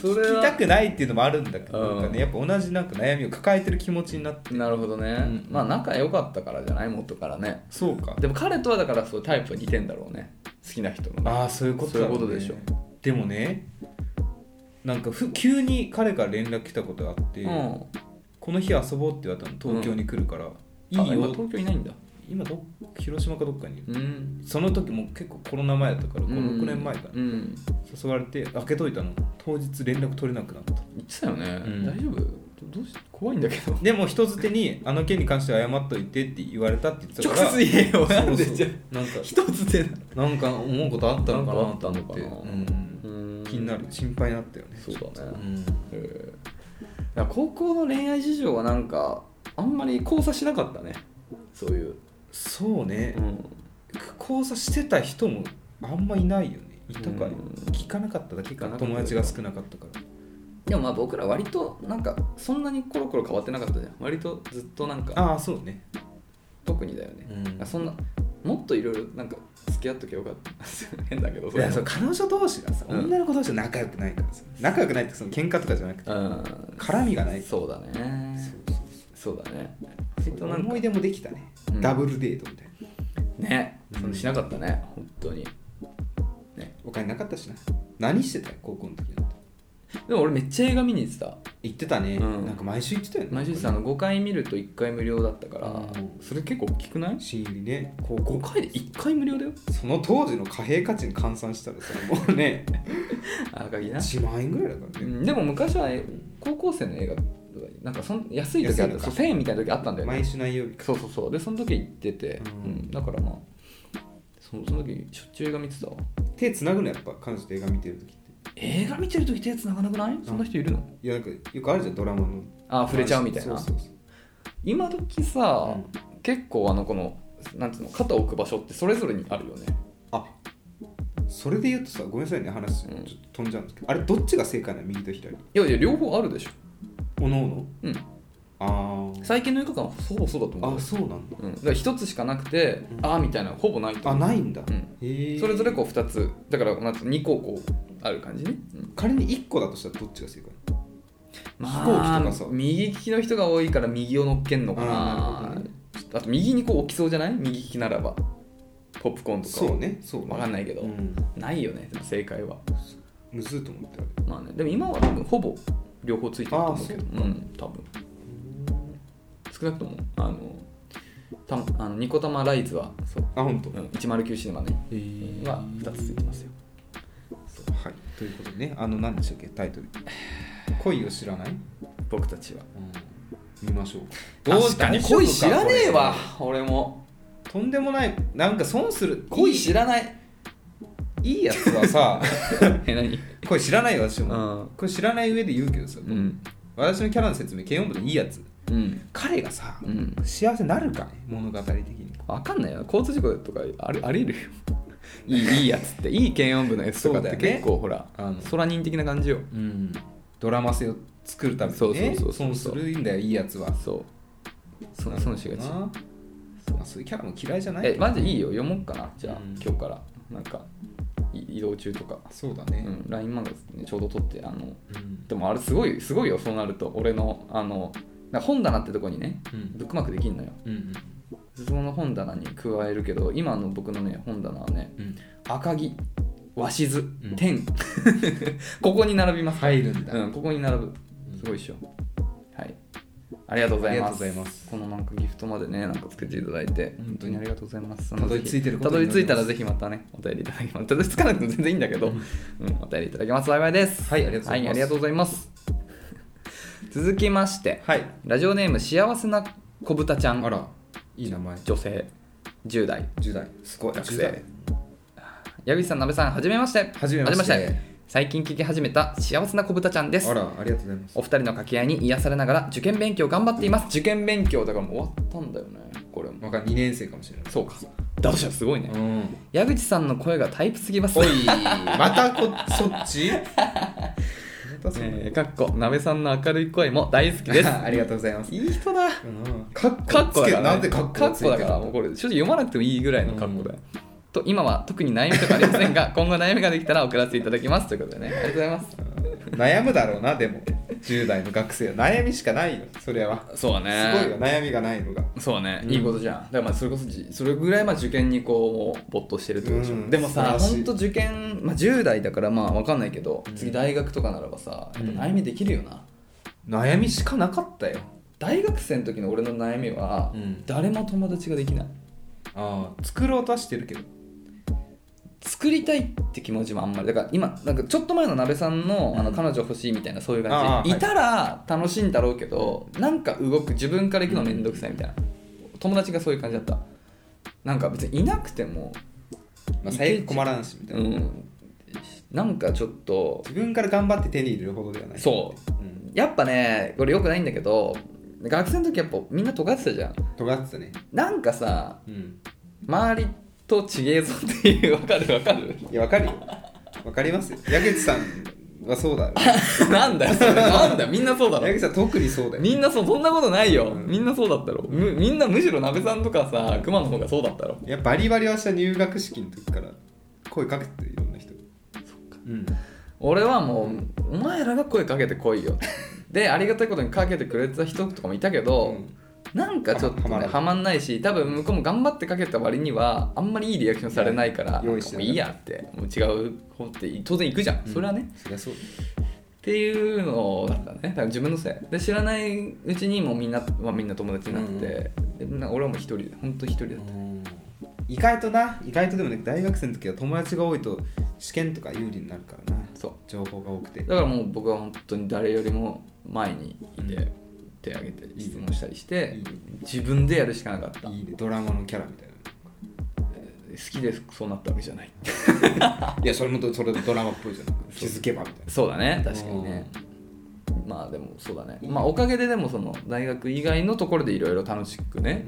Speaker 2: それ
Speaker 1: 聞き
Speaker 2: は
Speaker 1: たくないっていうのもあるんだけど
Speaker 2: う
Speaker 1: な
Speaker 2: ん
Speaker 1: んか、ね、やっぱ同じなんか悩みを抱えてる気持ちになって
Speaker 2: なるほどね、
Speaker 1: うん
Speaker 2: まあ仲良かったからじゃない元からね
Speaker 1: そうか
Speaker 2: でも彼とはだからそうタイプは似てんだろうね好きな人のね
Speaker 1: ああそういうことだ、ね、
Speaker 2: そういうことでしょ
Speaker 1: でもねなんかふ急に彼から連絡来たことがあって、
Speaker 2: うん
Speaker 1: この日遊ぼうって言われたの東京に来るから、いい
Speaker 2: あ今
Speaker 1: よ
Speaker 2: 東京いないんだ
Speaker 1: 今ど広島かどっかにいる
Speaker 2: うん
Speaker 1: その時もう結構コロナ前だったから
Speaker 2: うん
Speaker 1: 56年前かな、
Speaker 2: うん
Speaker 1: 誘われて開けといたの当日連絡取れなくなった
Speaker 2: 言ってたよね、
Speaker 1: ん
Speaker 2: 大丈夫どうし怖いんだけど
Speaker 1: でも人づてに「あの件に関しては謝っといて」って言われたって言ってた
Speaker 2: 直
Speaker 1: から
Speaker 2: 接言えよ
Speaker 1: そうそう
Speaker 2: なんでじゃあ
Speaker 1: なんか
Speaker 2: 一つで
Speaker 1: なんか思うことあったのかなと思って
Speaker 2: なんかあったのかな
Speaker 1: うん気になる心配になったよね
Speaker 2: そうだね
Speaker 1: うん
Speaker 2: えーいや高校の恋愛事情はなんかあんまり交差しなかったねそういう、
Speaker 1: そうね
Speaker 2: うん、
Speaker 1: 交差してた人もあんまいないよねいたか
Speaker 2: うん
Speaker 1: 聞かなかっただけかな
Speaker 2: 聞かな
Speaker 1: 友
Speaker 2: かった
Speaker 1: 達が少なかったから
Speaker 2: でもまあ僕ら割となんかそんなにコロコロ変わってなかったじゃん割とずっとなんか
Speaker 1: ああそうね
Speaker 2: 特にだよね、
Speaker 1: うん
Speaker 2: あそんなもっといろいろなんか付き合っときゃよかった 変だけど
Speaker 1: いやそう彼女同士がさ、
Speaker 2: うん
Speaker 1: 女の子同士が仲良くないからさ仲良くないってその喧嘩とかじゃなくて
Speaker 2: うん
Speaker 1: 絡みがない
Speaker 2: そうだねそうだねえっとなんか
Speaker 1: 思い出もできたね、
Speaker 2: うん
Speaker 1: ダブルデートみたいな
Speaker 2: ね
Speaker 1: うん
Speaker 2: そのしなかったね本当に
Speaker 1: お金なかったしな何してた高校の時だって
Speaker 2: でも俺めっちゃ映画見に行ってた
Speaker 1: 行ってたね、
Speaker 2: うん
Speaker 1: なんか毎週行ってたよね
Speaker 2: 毎週さあの5回見ると1回無料だったから、
Speaker 1: うん
Speaker 2: それ結構大きくない
Speaker 1: 新入りね高校
Speaker 2: 5回で1回無料だよ
Speaker 1: その当時の貨幣価値に換算したらさもうね
Speaker 2: あ赤木 な、
Speaker 1: 1万円ぐらいだから
Speaker 2: う
Speaker 1: ね、
Speaker 2: ん、でも昔はえ高校生の映画とかなんかそん安い時あっ
Speaker 1: 安いの
Speaker 2: た
Speaker 1: か
Speaker 2: そう1000円みたいな時あったんだよね
Speaker 1: 毎週内容日か
Speaker 2: そうそうそうでその時行ってて、
Speaker 1: う
Speaker 2: うんんだからまあそその時しょっちゅう映画見てたわ
Speaker 1: 手つなぐのやっぱ彼女と映画見てる時って
Speaker 2: 映画見てる時手繋がなくないそんな人いるの
Speaker 1: いやなんかよくあるじゃんドラマの
Speaker 2: あ触れちゃうみたいな
Speaker 1: そうそうそう
Speaker 2: 今時さ、結構あのこのなんつうの肩を置く場所ってそれぞれにあるよね
Speaker 1: あそれで言うとさごめんなさいね話ちょっと飛んじゃうんですけど、あれどっちが正解なの右と左
Speaker 2: いやいや両方あるでしょ
Speaker 1: おのおの
Speaker 2: うん
Speaker 1: あー
Speaker 2: 最近の映画館はほぼそうだと思う
Speaker 1: あそうなんだ
Speaker 2: うん、だから一つしかなくて、
Speaker 1: うん
Speaker 2: ああみたいなほぼないと
Speaker 1: あ
Speaker 2: 思う
Speaker 1: ないんだ、
Speaker 2: うん
Speaker 1: へえ
Speaker 2: それぞれこう2つだからなんつうの2個こうある感じね、うん
Speaker 1: 仮に1個だとしたらどっちが正解
Speaker 2: まあ
Speaker 1: 飛行機とかさ
Speaker 2: 右利きの人が多いから右を乗っけんのか
Speaker 1: あーなる
Speaker 2: な
Speaker 1: ほどね
Speaker 2: ちょっとあと右にこう置きそうじゃない右利きならばポップコーンとか
Speaker 1: そうねそうね
Speaker 2: わかんないけど
Speaker 1: うん、
Speaker 2: ないよねでも正解は
Speaker 1: むずいと思って
Speaker 2: まあねでも今は多分ほぼ両方ついてると思うけど
Speaker 1: あー
Speaker 2: うん多分少なくともあのたあのニコタマライズはそう、
Speaker 1: あ本当。
Speaker 2: うん、109シネマね
Speaker 1: え
Speaker 2: は2つついてますよ
Speaker 1: はいということでねあの何でしたっけタイトル「恋を知らない」
Speaker 2: 僕たちは
Speaker 1: 見ましょう
Speaker 2: 確かに恋知らねえわ
Speaker 1: こ
Speaker 2: 俺も
Speaker 1: れとんでもないなんか損する
Speaker 2: 恋知らない
Speaker 1: いいいいやつはさ
Speaker 2: え何
Speaker 1: 恋知らないよ私
Speaker 2: う
Speaker 1: も
Speaker 2: ん
Speaker 1: これ知らない上で言うけどさ、
Speaker 2: うん
Speaker 1: 私のキャラの説明軽音部でいいやつ
Speaker 2: うん
Speaker 1: 彼がさ、
Speaker 2: うん
Speaker 1: 幸せになるかね物語的に
Speaker 2: わかんないよ交通事故とかあるあり得るよい いいいやつっていい検音部のやつとかっ
Speaker 1: そ
Speaker 2: て
Speaker 1: うだよね
Speaker 2: 結構、ほら
Speaker 1: あの
Speaker 2: 空人的な感じよ
Speaker 1: うんドラマ性を作るためにね
Speaker 2: そうそうそう
Speaker 1: 損す
Speaker 2: そう
Speaker 1: るんだよいいやつは
Speaker 2: そうそ
Speaker 1: なるほど
Speaker 2: 損
Speaker 1: な
Speaker 2: しがち
Speaker 1: まあそういうキャラも嫌いじゃない
Speaker 2: えマジいいよ読もうかなじゃあ、
Speaker 1: うん
Speaker 2: 今日からなんかい移動中とか、
Speaker 1: そうだ
Speaker 2: う
Speaker 1: ね、
Speaker 2: ん、LINE 漫画、ね、ちょうど撮ってあの
Speaker 1: うん
Speaker 2: でもあれすごいすごいよそうなると俺のあのなんか本棚ってとこにね
Speaker 1: うん
Speaker 2: ブックマークできんのよ
Speaker 1: うん
Speaker 2: その本棚に加えるけど今の僕のね本棚はね
Speaker 1: うん、
Speaker 2: 赤木鷲津
Speaker 1: ん
Speaker 2: 天、 ここに並びます
Speaker 1: 入るんだ、
Speaker 2: うん、ここに並ぶ。すごいっしょ。はい。ありがとうございます。
Speaker 1: ありがとうございます
Speaker 2: このなんかギフトまでね、なんかつけていただいて、
Speaker 1: 本
Speaker 2: 本
Speaker 1: 当
Speaker 2: 当
Speaker 1: に
Speaker 2: にありがとうございます。
Speaker 1: たどり着いてること
Speaker 2: たど
Speaker 1: になり
Speaker 2: り
Speaker 1: ます
Speaker 2: 着いたらぜひまたね、お便りいただきます。たどり着かなくても全然いいんだけど、うん、お便りいただけます。幸いです。
Speaker 1: はいありがとうございます
Speaker 2: はありがとうございます。続きまして、
Speaker 1: はい
Speaker 2: ラジオネーム、幸せな小豚ちゃん。
Speaker 1: あらいい名前
Speaker 2: 女性、10代。
Speaker 1: 10代すごい
Speaker 2: 学生
Speaker 1: 10代
Speaker 2: 矢口さん、なべさん、はじめまして。
Speaker 1: はじめまして
Speaker 2: は最近聞き始めた幸せな小豚ちゃんです
Speaker 1: あ。らありがとうございます
Speaker 2: お二人の掛け合いに癒されながら受験勉強頑張っています受験勉強だからもう終わったんだよねこれも
Speaker 1: わかん2年生かもしれない
Speaker 2: そうかだとしたらすごいね
Speaker 1: うん
Speaker 2: 矢口さんの声がタイプすぎます
Speaker 1: おいまたこそっ ちまたそっち
Speaker 2: えーかっこなべさんの明るい声も大好き で す
Speaker 1: ありがとうございます
Speaker 2: いい人だ
Speaker 1: うんかっ
Speaker 2: かっこ
Speaker 1: つ
Speaker 2: だ
Speaker 1: け
Speaker 2: から、ね、
Speaker 1: なんでかっこついてる
Speaker 2: だからもうこれ正直読まなくてもいいぐらいのかっこだよ、と今は特に悩みとかありませんが今後悩みができたら送らせていただきますということでねありがとうございます
Speaker 1: 悩むだろうなでも10代の学生は悩みしかないよそれは
Speaker 2: そうだ
Speaker 1: すごいよ悩みがないのが
Speaker 2: そうね、
Speaker 1: うん
Speaker 2: いいことじゃんだからまあそれこそじそれぐらいまあ受験にこうもう没頭してるってことでしょ、
Speaker 1: うん
Speaker 2: でもさ
Speaker 1: 素晴らしい
Speaker 2: 本当受験、まあ、10代だからまあ分かんないけど、
Speaker 1: うん
Speaker 2: 次大学とかならばさやっぱ
Speaker 1: うん
Speaker 2: 悩みできるよな、
Speaker 1: 悩みしかなかったよ
Speaker 2: 大学生の時の俺の悩みは、
Speaker 1: うん
Speaker 2: 誰も友達ができない
Speaker 1: ああ作ろうとはしてるけど
Speaker 2: 作りたいって気持ちもあんまりだから今なんかちょっと前のなべさんの,、あの彼女欲しいみたいなそういう
Speaker 1: ああ
Speaker 2: 感
Speaker 1: はい
Speaker 2: じいたら楽しいんだろうけど、なんか動く自分から行くのめんどくさいみたいな友達がそういう感じだったなんか別にいなくても
Speaker 1: まあ最悪困らんしみたいうな、
Speaker 2: ん、なんかちょっと
Speaker 1: 自分から頑張って手に入れるほどではない
Speaker 2: そう
Speaker 1: うん
Speaker 2: やっぱねこれよくないんだけど学生の時やっぱみんな尖ってたじゃん
Speaker 1: 尖ってたね
Speaker 2: なんかさ
Speaker 1: うん
Speaker 2: 周りと違えぞっていうわかるわかる
Speaker 1: いやわかるよわかりますよ矢口さんはそうだよ
Speaker 2: なんだよそれなんだよみんなそうだ
Speaker 1: 矢
Speaker 2: ろ
Speaker 1: 口さん特にそうだよ
Speaker 2: みんなそうそんなことないよ
Speaker 1: うん
Speaker 2: みんなそうだったろむみんなむしろ鍋さんとかさ熊の方がそうだったろ
Speaker 1: いやバリバリはした入学式の時から声かけてるいろんな人そっかうん
Speaker 2: 俺はもう お前らが声かけてこいよでありがたいことにかけてくれてた人とかもいたけど、
Speaker 1: うん
Speaker 2: なんかちょっと
Speaker 1: はま
Speaker 2: ね
Speaker 1: らん
Speaker 2: はまんないし多分向こうも頑張ってかけた割にはあんまりいいリアクションされないから
Speaker 1: 用意して
Speaker 2: も
Speaker 1: な
Speaker 2: う
Speaker 1: い
Speaker 2: いいやってもう違う方って当然行くじゃん、それはね
Speaker 1: そりゃそう
Speaker 2: っていうのだったねだから自分のせいで知らないうちにもうみんな、まあ、みんな友達になって、でなんか俺はもう一人本当一人だった、
Speaker 1: 意外とな意外とでもね大学生の時は友達が多いと試験とか有利になるからな
Speaker 2: そう
Speaker 1: 情報が多くて
Speaker 2: だからもう僕は本当に誰よりも前にいて、
Speaker 1: うん
Speaker 2: 手挙げて質問したりして
Speaker 1: いいね
Speaker 2: 自分でやるしかなかった
Speaker 1: いいねドラマのキャラみたい
Speaker 2: 好きでそうなったわけじゃない
Speaker 1: ないやそれもどそれドラマっぽいじゃん気づけばみたいな
Speaker 2: そうだね確かにねまあでもそうだねまあおかげででもその大学以外のところでいろいろ楽しくね、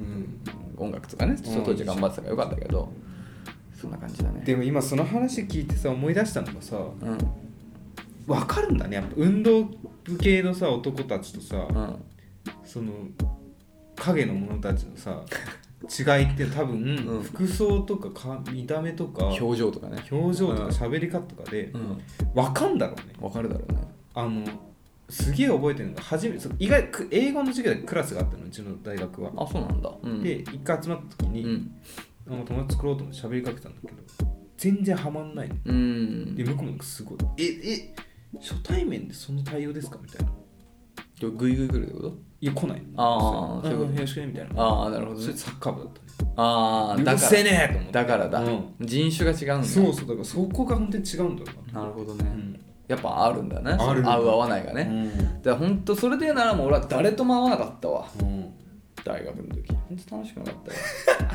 Speaker 2: 音楽とかね
Speaker 1: うん
Speaker 2: 当時頑張ってたからよかったけど、そんな感じだね
Speaker 1: でも今その話聞いてさ思い出したのがさ
Speaker 2: うん
Speaker 1: 分かるんだねやっぱ運動部系のさ男たちとさ
Speaker 2: うん
Speaker 1: その影の者たちのさ違いって多分、
Speaker 2: うん
Speaker 1: 服装とかか見た目とか表
Speaker 2: 表情とかね
Speaker 1: 情とか
Speaker 2: うん
Speaker 1: 喋り方とかで
Speaker 2: うん
Speaker 1: 分かんだろうね
Speaker 2: わかるだろうね
Speaker 1: あのすげえ覚えてるのが初めそう意外く英語の授業でクラスがあったのうちの大学は。
Speaker 2: あそうなんだうん
Speaker 1: で一回集まった時
Speaker 2: う
Speaker 1: に、
Speaker 2: ん
Speaker 1: なんか友達作ろうと思って喋りかけたんだけど全然ハマんないの。
Speaker 2: うん
Speaker 1: で向こうもすごい「ええ初対面でその対応ですか?」みたいな「
Speaker 2: グイグイ来るってこと
Speaker 1: いや来ないの」
Speaker 2: あ
Speaker 1: そう
Speaker 2: ーそういうこと
Speaker 1: よろしくね」みたいな
Speaker 2: ああなるほど
Speaker 1: それ
Speaker 2: ね
Speaker 1: サッカー部だったね
Speaker 2: ああ
Speaker 1: う
Speaker 2: だ
Speaker 1: る
Speaker 2: か
Speaker 1: せえ
Speaker 2: ら
Speaker 1: ねえと思って
Speaker 2: だからだ、
Speaker 1: うん
Speaker 2: 人種が違うんだ
Speaker 1: そうそうだからそこが本当に違うんだろうな
Speaker 2: なるほどね、
Speaker 1: うん
Speaker 2: やっぱあるんだね
Speaker 1: ある
Speaker 2: 合う合わないがね、だから本当それで言うならもう俺は誰とも合わなかったわ
Speaker 1: うん
Speaker 2: 大学の時本当楽しくなかったよ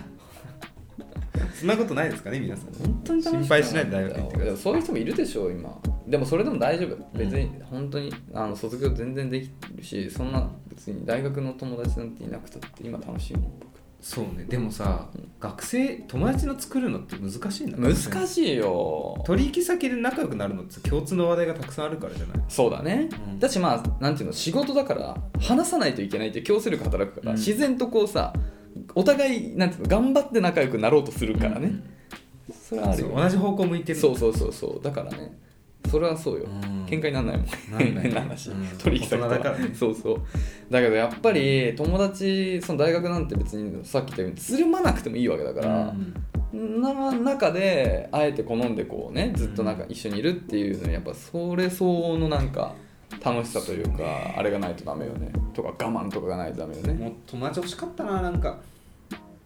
Speaker 1: そんなことないですかね皆さん
Speaker 2: 本当に楽しく
Speaker 1: 心配しないで大学行ってください
Speaker 2: いそういう人もいるでしょ今でもそれでも大丈夫別に本当にあの卒業全然できるしそんな別に大学の友達なんていなくたって今楽しいもん
Speaker 1: そうねでもさ学生友達の作るのって難しいんだ
Speaker 2: 難
Speaker 1: い
Speaker 2: しいよ
Speaker 1: 取引先で仲良くなるのって共通の話題がたくさんあるからじゃない
Speaker 2: そうだね、
Speaker 1: うん
Speaker 2: だしまあなんていうの仕事だから話さないといけないって強制力働くから、
Speaker 1: うん
Speaker 2: 自然とこうさお互いなんていうの頑張って仲良くなろうとするからね、それはある
Speaker 1: そ
Speaker 2: よ
Speaker 1: う同じ方向向いてる
Speaker 2: そうそうそうそうだからねそれはそうよ、
Speaker 1: うん
Speaker 2: 喧嘩にならないもん
Speaker 1: なんない
Speaker 2: 変な話、
Speaker 1: うん
Speaker 2: 取引先と
Speaker 1: 大人だからね
Speaker 2: そうそうだけどやっぱり友達その大学なんて別にさっき言ったようにつるまなくてもいいわけだか
Speaker 1: だ
Speaker 2: ら、な中であえて好んでこうねずっとなんか一緒にいるっていうのにやっぱそれ相応のなんか楽しさというかあれがないとダメよねとか我慢とかがないとダメよね
Speaker 1: もう友達欲しかったななんか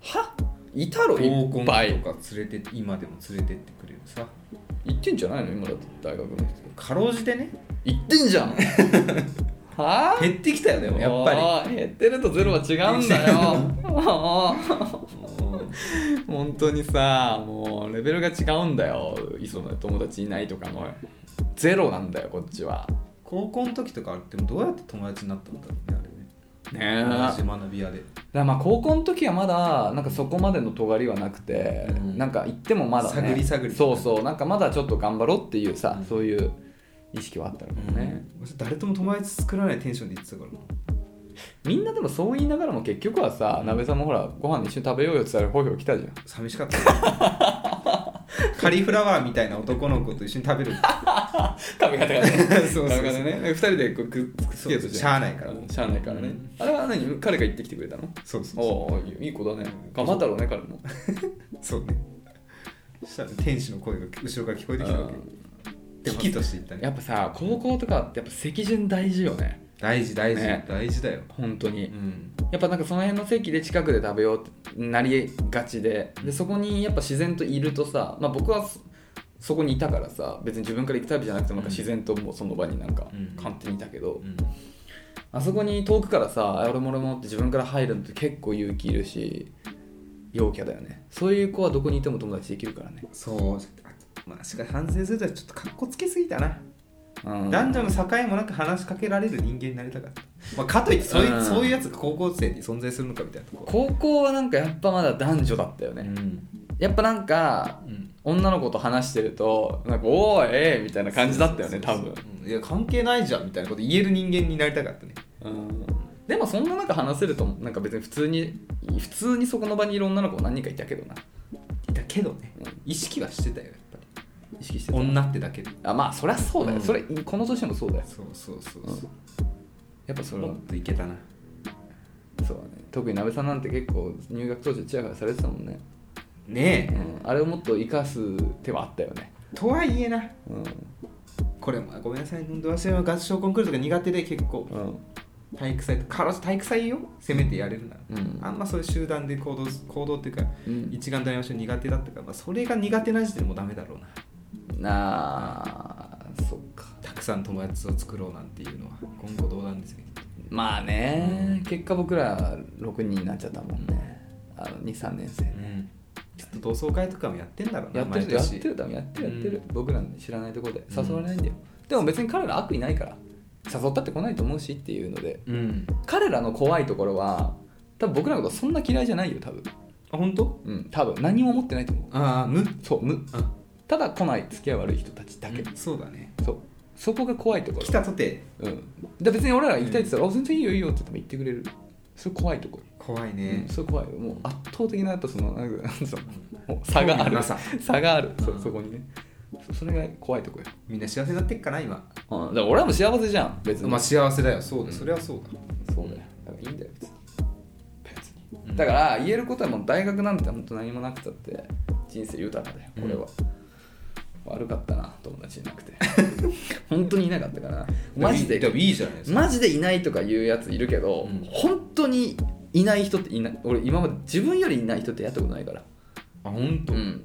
Speaker 2: はいたろい
Speaker 1: 合コ
Speaker 2: っ
Speaker 1: ン
Speaker 2: ぱい
Speaker 1: とか連れて今でも連れてってくれるさ
Speaker 2: 行ってんじゃないの今だって大学の人
Speaker 1: かろうじてね
Speaker 2: 行ってんじ ゃんはあ
Speaker 1: 減ってきたよでもやっぱり
Speaker 2: り減ってるとゼロは違うんだよもう 本当にさもうレベルが違うんだよ磯の友達いないとかもゼロなんだよこっちは
Speaker 1: 高校の時とかあれってどうやって友達になったんだろうねあれね
Speaker 2: ねえ
Speaker 1: 同じ学び屋で
Speaker 2: だからまあ高校の時はまだなんかそこまでの尖りはなくて、
Speaker 1: うん
Speaker 2: なんか行ってもまだ、ね、
Speaker 1: 探り探り
Speaker 2: そうそうなんかまだちょっと頑張ろうっていうさ、
Speaker 1: うん
Speaker 2: そういう意識はあったのかもね、
Speaker 1: 私誰とも友達作らないテンションで言ってたからな
Speaker 2: みんなでもそう言いながらも結局はさ、なべさんもほらご飯一緒に食べようよって言ったらほひょひょ来たじゃん
Speaker 1: 寂しかったよ カリフラワーみたいな男の子と一緒に食べる
Speaker 2: 髪型がね
Speaker 1: そうそうそう
Speaker 2: 髪型ね2人でこうくっつけようと
Speaker 1: しゃあないから
Speaker 2: うんしゃあないからね、
Speaker 1: うん
Speaker 2: あれは何彼が言ってきてくれたの
Speaker 1: そうそうそう
Speaker 2: おおいいいい子だね頑張ったろうね彼も
Speaker 1: そうねそしたら天使の声が後ろから聞こえてきたわけ危機として言った
Speaker 2: や
Speaker 1: ね
Speaker 2: っぱさ高校とかってやっぱ席順大事よね
Speaker 1: 大事大事、
Speaker 2: ね
Speaker 1: 大事だよ
Speaker 2: 本当に
Speaker 1: うん
Speaker 2: やっぱなんかその辺の席で近くで食べようってなりがちででそこにやっぱ自然といるとさ、まあ、僕はそそこにいたからさ別に自分から行くタイプじゃなくてもなんか自然ともうその場になんか
Speaker 1: うん
Speaker 2: 勝手にいたけど、
Speaker 1: うん
Speaker 2: あそこに遠くからさあ俺も俺もって自分から入るのって結構勇気いるし陽キャだよねそういう子はどこにいても友達できるからね、
Speaker 1: そうあまあしかし反省するとちょっとかっこつけすぎたな
Speaker 2: うん、
Speaker 1: 男女の境もなく話しかけられる人間になりたかった、まあ、かといってそういう,、
Speaker 2: うん
Speaker 1: そういうやつが高校生に存在するのかみたいなとこ
Speaker 2: 高校はなんかやっぱまだ男女だったよね、
Speaker 1: ん
Speaker 2: やっぱなんか
Speaker 1: うん
Speaker 2: 女の子と話してるとなんか「おーえー」みたいな感じだったよね
Speaker 1: そ
Speaker 2: 多
Speaker 1: うそう
Speaker 2: 分
Speaker 1: そう、うんいや関係ないじゃんみたいなこと言える人間になりたかったね
Speaker 2: うんでもそんな中話せるとなんか別に普通に普通にそこの場にいる女の子何人かいたけどない
Speaker 1: たけどね
Speaker 2: うん
Speaker 1: 意識はしてたよやっぱり
Speaker 2: 意識してた
Speaker 1: 女ってだけで
Speaker 2: あまあそりゃそうだよ、
Speaker 1: うん
Speaker 2: それこの年もそうだよ
Speaker 1: そうそうそう
Speaker 2: やっぱそれ
Speaker 1: も
Speaker 2: は
Speaker 1: っといけたな
Speaker 2: そうね特に鍋さんなんて結構入学当時チヤホヤされてたもんね、
Speaker 1: ね
Speaker 2: う
Speaker 1: え
Speaker 2: ん、あれをもっと生かす手はあったよね、
Speaker 1: とはいえな
Speaker 2: うん
Speaker 1: これもごめんなさい本当私は合唱コンクールとか苦手で結構
Speaker 2: うん
Speaker 1: 体育祭とか体育祭よせめてやれるなら
Speaker 2: うん
Speaker 1: あんまそういう集団で行動す行動っていうか
Speaker 2: うん
Speaker 1: 一丸となりましょう苦手だったから、まあ、それが苦手な時点でもうダメだろうな
Speaker 2: なあそっか
Speaker 1: たくさん友達を作ろうなんていうのは今後どうなんですけど
Speaker 2: まあね結果僕ら6人になっちゃったもんねあの23年生
Speaker 1: うんちょっと同窓会とかもやってんだろうな
Speaker 2: やってる
Speaker 1: 毎
Speaker 2: やっ
Speaker 1: 年
Speaker 2: てるだやってるやってる、
Speaker 1: う
Speaker 2: 僕らの知らないところで誘われないんだよ、でも別に彼ら悪意ないから誘ったって来ないと思うしっていうので
Speaker 1: うん
Speaker 2: 彼らの怖いところは多分僕らのことそんな嫌いじゃないよ多分
Speaker 1: あ本当
Speaker 2: うん多分何も思ってないと思う
Speaker 1: ああむ
Speaker 2: そう無
Speaker 1: あ
Speaker 2: ただ来ない付き合い悪い人たちだけ、
Speaker 1: そうだね
Speaker 2: そうそこが怖いところ
Speaker 1: 来たとて
Speaker 2: うんで別に俺らが行きたいって言ったら、あ全然いいよいいよって言っても言ってくれるそれ怖いところ
Speaker 1: 怖い
Speaker 2: うん
Speaker 1: ね、
Speaker 2: それ怖いよもう圧倒的なやっぱそのなんか そのもう差がある
Speaker 1: なさ
Speaker 2: 差があるそ
Speaker 1: うん
Speaker 2: そこにねそそれが怖いとこよ、
Speaker 1: みんな幸せになってっかな今
Speaker 2: うん、だから俺らも幸せじゃん別に、
Speaker 1: まあ幸せだよそうだ、
Speaker 2: うん
Speaker 1: それはそうだ
Speaker 2: そうだよだからいいんだよ別に別に、
Speaker 1: うん
Speaker 2: だから言えることはもう大学なんて本当何もなくたって人生豊かだよ
Speaker 1: うん
Speaker 2: 俺は、悪かったな友達いなくて 本当にいなかったからマジで
Speaker 1: でもいいじゃないですか、
Speaker 2: マジでいないとか言うやついるけ
Speaker 1: う
Speaker 2: ど、
Speaker 1: ん
Speaker 2: 本当にいない人っていない俺今まで自分よりいない人ってやったことないから
Speaker 1: あ本当、
Speaker 2: うん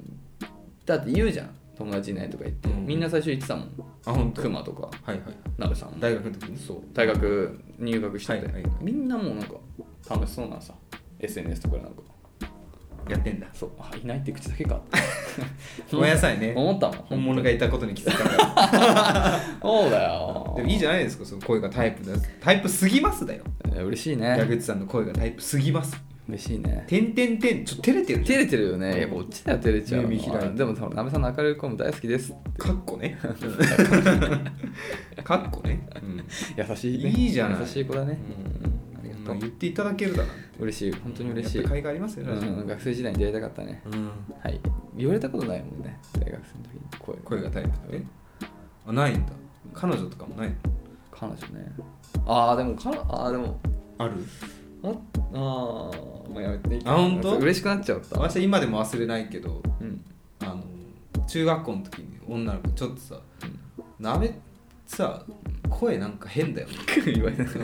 Speaker 2: だって言うじゃん友達いないとか言って、
Speaker 1: うん
Speaker 2: みんな最初言ってたもん
Speaker 1: あ本当
Speaker 2: クマとか
Speaker 1: はいはい
Speaker 2: 鍋さんも
Speaker 1: 大学の時に
Speaker 2: そう大学入学してて、
Speaker 1: はいはい
Speaker 2: みんなもうなんか楽しそうなさ SNS とかでなんか
Speaker 1: やってんだ
Speaker 2: そうあいないって口だけか
Speaker 1: ごめんなさいね
Speaker 2: 思ったもん
Speaker 1: 本物がいたことに気づかなかっ
Speaker 2: そうだ
Speaker 1: た
Speaker 2: よ
Speaker 1: でもいいじゃないですかその声がタイプだタイプすぎますだよ
Speaker 2: いや嬉しい
Speaker 1: 矢
Speaker 2: ね
Speaker 1: 口さんの声がタイプすぎます
Speaker 2: 嬉しいね
Speaker 1: てんてんてんちょっと照れてる
Speaker 2: 照れてるよねいやこっちだよ照れちゃうの
Speaker 1: 目見開いて
Speaker 2: でも多分なべさんの明るい声も大好きです
Speaker 1: かっこ ねかっこね、うん
Speaker 2: 優しい、ね、
Speaker 1: いいじゃない
Speaker 2: 優しい子だね、うんありがと
Speaker 1: まあ
Speaker 2: う
Speaker 1: 言っていただけるだな
Speaker 2: 嬉しい本当に嬉し
Speaker 1: や
Speaker 2: い
Speaker 1: っぱ甲斐がありますよね、
Speaker 2: うん、学生時代に出会いたかったね、
Speaker 1: うん
Speaker 2: はい言われたことないもんね大学生の時に声
Speaker 1: 声がタイプねあないんだ彼女とかもないの
Speaker 2: 彼女ねああでも彼ああでも
Speaker 1: ある
Speaker 2: ああーまあやめていい
Speaker 1: あ本当
Speaker 2: 嬉しくなっちゃった
Speaker 1: 私は今でも忘れないけど
Speaker 2: うん
Speaker 1: あの中学校の時に女の子ちょっとさ「なべさ声なんか変 だよね」
Speaker 2: 言われながら
Speaker 1: う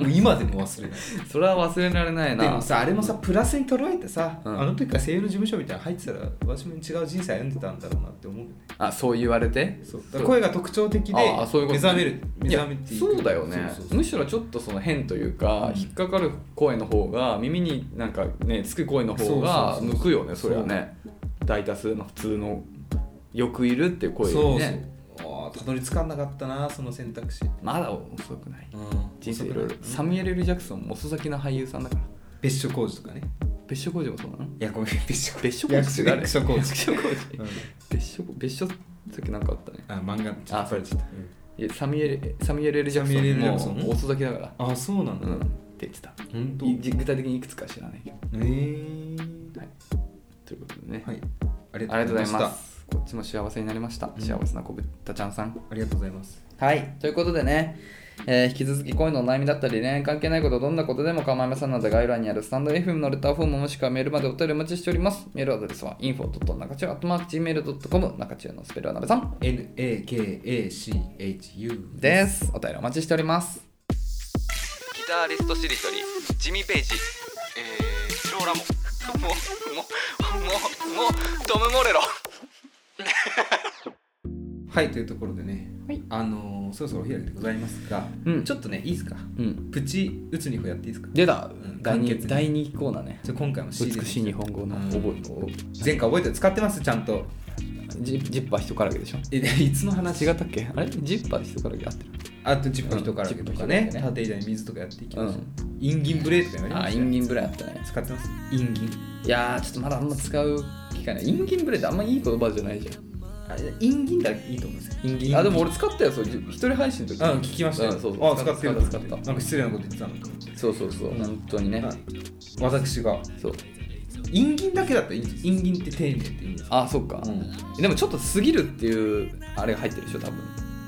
Speaker 1: ん、もう今でも忘れない
Speaker 2: それは忘れられないな
Speaker 1: でもさあれもさプラスに捉えてさ、
Speaker 2: うん
Speaker 1: あの時から声優の事務所みたいなの入ってたら私も違う人生歩んでたんだろうなって思うよね
Speaker 2: あそう言われて
Speaker 1: そうだから声が特徴的で
Speaker 2: あーそういうこ
Speaker 1: 目
Speaker 2: と
Speaker 1: 覚める目
Speaker 2: いや
Speaker 1: 覚めていく
Speaker 2: そうだよね
Speaker 1: そうそうそう
Speaker 2: むしろちょっとその変というか、
Speaker 1: うん
Speaker 2: 引っかかる声の方が耳になんかねつく声の方が
Speaker 1: そうそうそう
Speaker 2: 向くよねそれはね大多数の普通のよくいるっていう声
Speaker 1: そ
Speaker 2: よ
Speaker 1: う
Speaker 2: りね
Speaker 1: そうあーたどり着かなかったなその選択肢、
Speaker 2: まだ遅くない
Speaker 1: うん
Speaker 2: 人生いろいろ
Speaker 1: 遅くな
Speaker 2: サミュエル・ L ジャクソンも遅咲きな俳優さんだから
Speaker 1: 別所工事とかね
Speaker 2: 別所工事もそうなの
Speaker 1: いやごめん別所
Speaker 2: 別所工事って誰
Speaker 1: 役所工事
Speaker 2: 別所工事
Speaker 1: うん
Speaker 2: 別所別所先なんかあったね
Speaker 1: あ漫画
Speaker 2: あ
Speaker 1: それちょっと忘れて
Speaker 2: いやサミュエルサミュエル・ L ジャ
Speaker 1: サミュエル L ジャ
Speaker 2: ク
Speaker 1: ク
Speaker 2: ソ
Speaker 1: ソ
Speaker 2: ン
Speaker 1: ン
Speaker 2: も遅咲きだから
Speaker 1: たあそうなんだ、
Speaker 2: うんって言ってた
Speaker 1: 本当
Speaker 2: い具体的にいくつか知らないけど
Speaker 1: えー、
Speaker 2: はいということでね、
Speaker 1: はいあり
Speaker 2: ありがとうござい
Speaker 1: し
Speaker 2: ま
Speaker 1: た
Speaker 2: すこっちも幸せになりました、
Speaker 1: うん
Speaker 2: 幸せなこぶたちゃんさん
Speaker 1: ありがとうございます
Speaker 2: はい、ということでね、えー引き続き恋のお悩みだったり、恋愛に関係ないこと、どんなことでも構いませんので、概要欄にあるスタンド FM のレターフォームもしくはメールまでお便りお待ちしております。メールアドレスは info.nakachu.gmail.com、中中のスペルはなべさん
Speaker 1: NAKACHU
Speaker 2: です。お便りお待ちしております。ギタリストしりとり、ジミー・ペイジ、えー、スローラモ、もう、もう、もう、もう、トム・モレロ。
Speaker 1: はいというところでね、
Speaker 2: はい
Speaker 1: あのーそろそろお開きでございますが、
Speaker 2: うん
Speaker 1: ちょっとねいいですか
Speaker 2: うん、
Speaker 1: プチうつにほやっていいですか
Speaker 2: 出た
Speaker 1: ん、
Speaker 2: 第
Speaker 1: 簡潔
Speaker 2: 2,
Speaker 1: に
Speaker 2: 第2コーナーね。
Speaker 1: じゃあ今回も CD
Speaker 2: 美しい日本語の覚えを
Speaker 1: 前回覚えて使ってますちゃんと
Speaker 2: ジジッパー人からげでしょ
Speaker 1: えいつの話
Speaker 2: 違ったっけあれジッパー人からげ合ってる
Speaker 1: あとチップの人からとか
Speaker 2: うん
Speaker 1: ね
Speaker 2: チップの人からね
Speaker 1: 縦板に水とかやっていきました、
Speaker 2: うん
Speaker 1: インギンブレーとかやりま
Speaker 2: あ
Speaker 1: した
Speaker 2: インギンブレだったね
Speaker 1: 使ってますインギン
Speaker 2: いやーちょっとまだあんま使う機会ないインギンブレってあんまいい言葉じゃないじゃん
Speaker 1: あインギンだいいと思うんですよインギ
Speaker 2: あでも俺使ったよそうじ一人配信の時
Speaker 1: うん聞きましたよ、
Speaker 2: うんそうそう
Speaker 1: あ使ってる
Speaker 2: 使った使っ
Speaker 1: なん
Speaker 2: た
Speaker 1: か失礼なこと言ってたのか
Speaker 2: そうそうそう本当にね
Speaker 1: あ私が
Speaker 2: そう
Speaker 1: インギンだけだったらいいんですインギンって丁寧って意味です
Speaker 2: あそっか
Speaker 1: うん
Speaker 2: でもちょっと過ぎるっていうあれが入ってるでしょ多分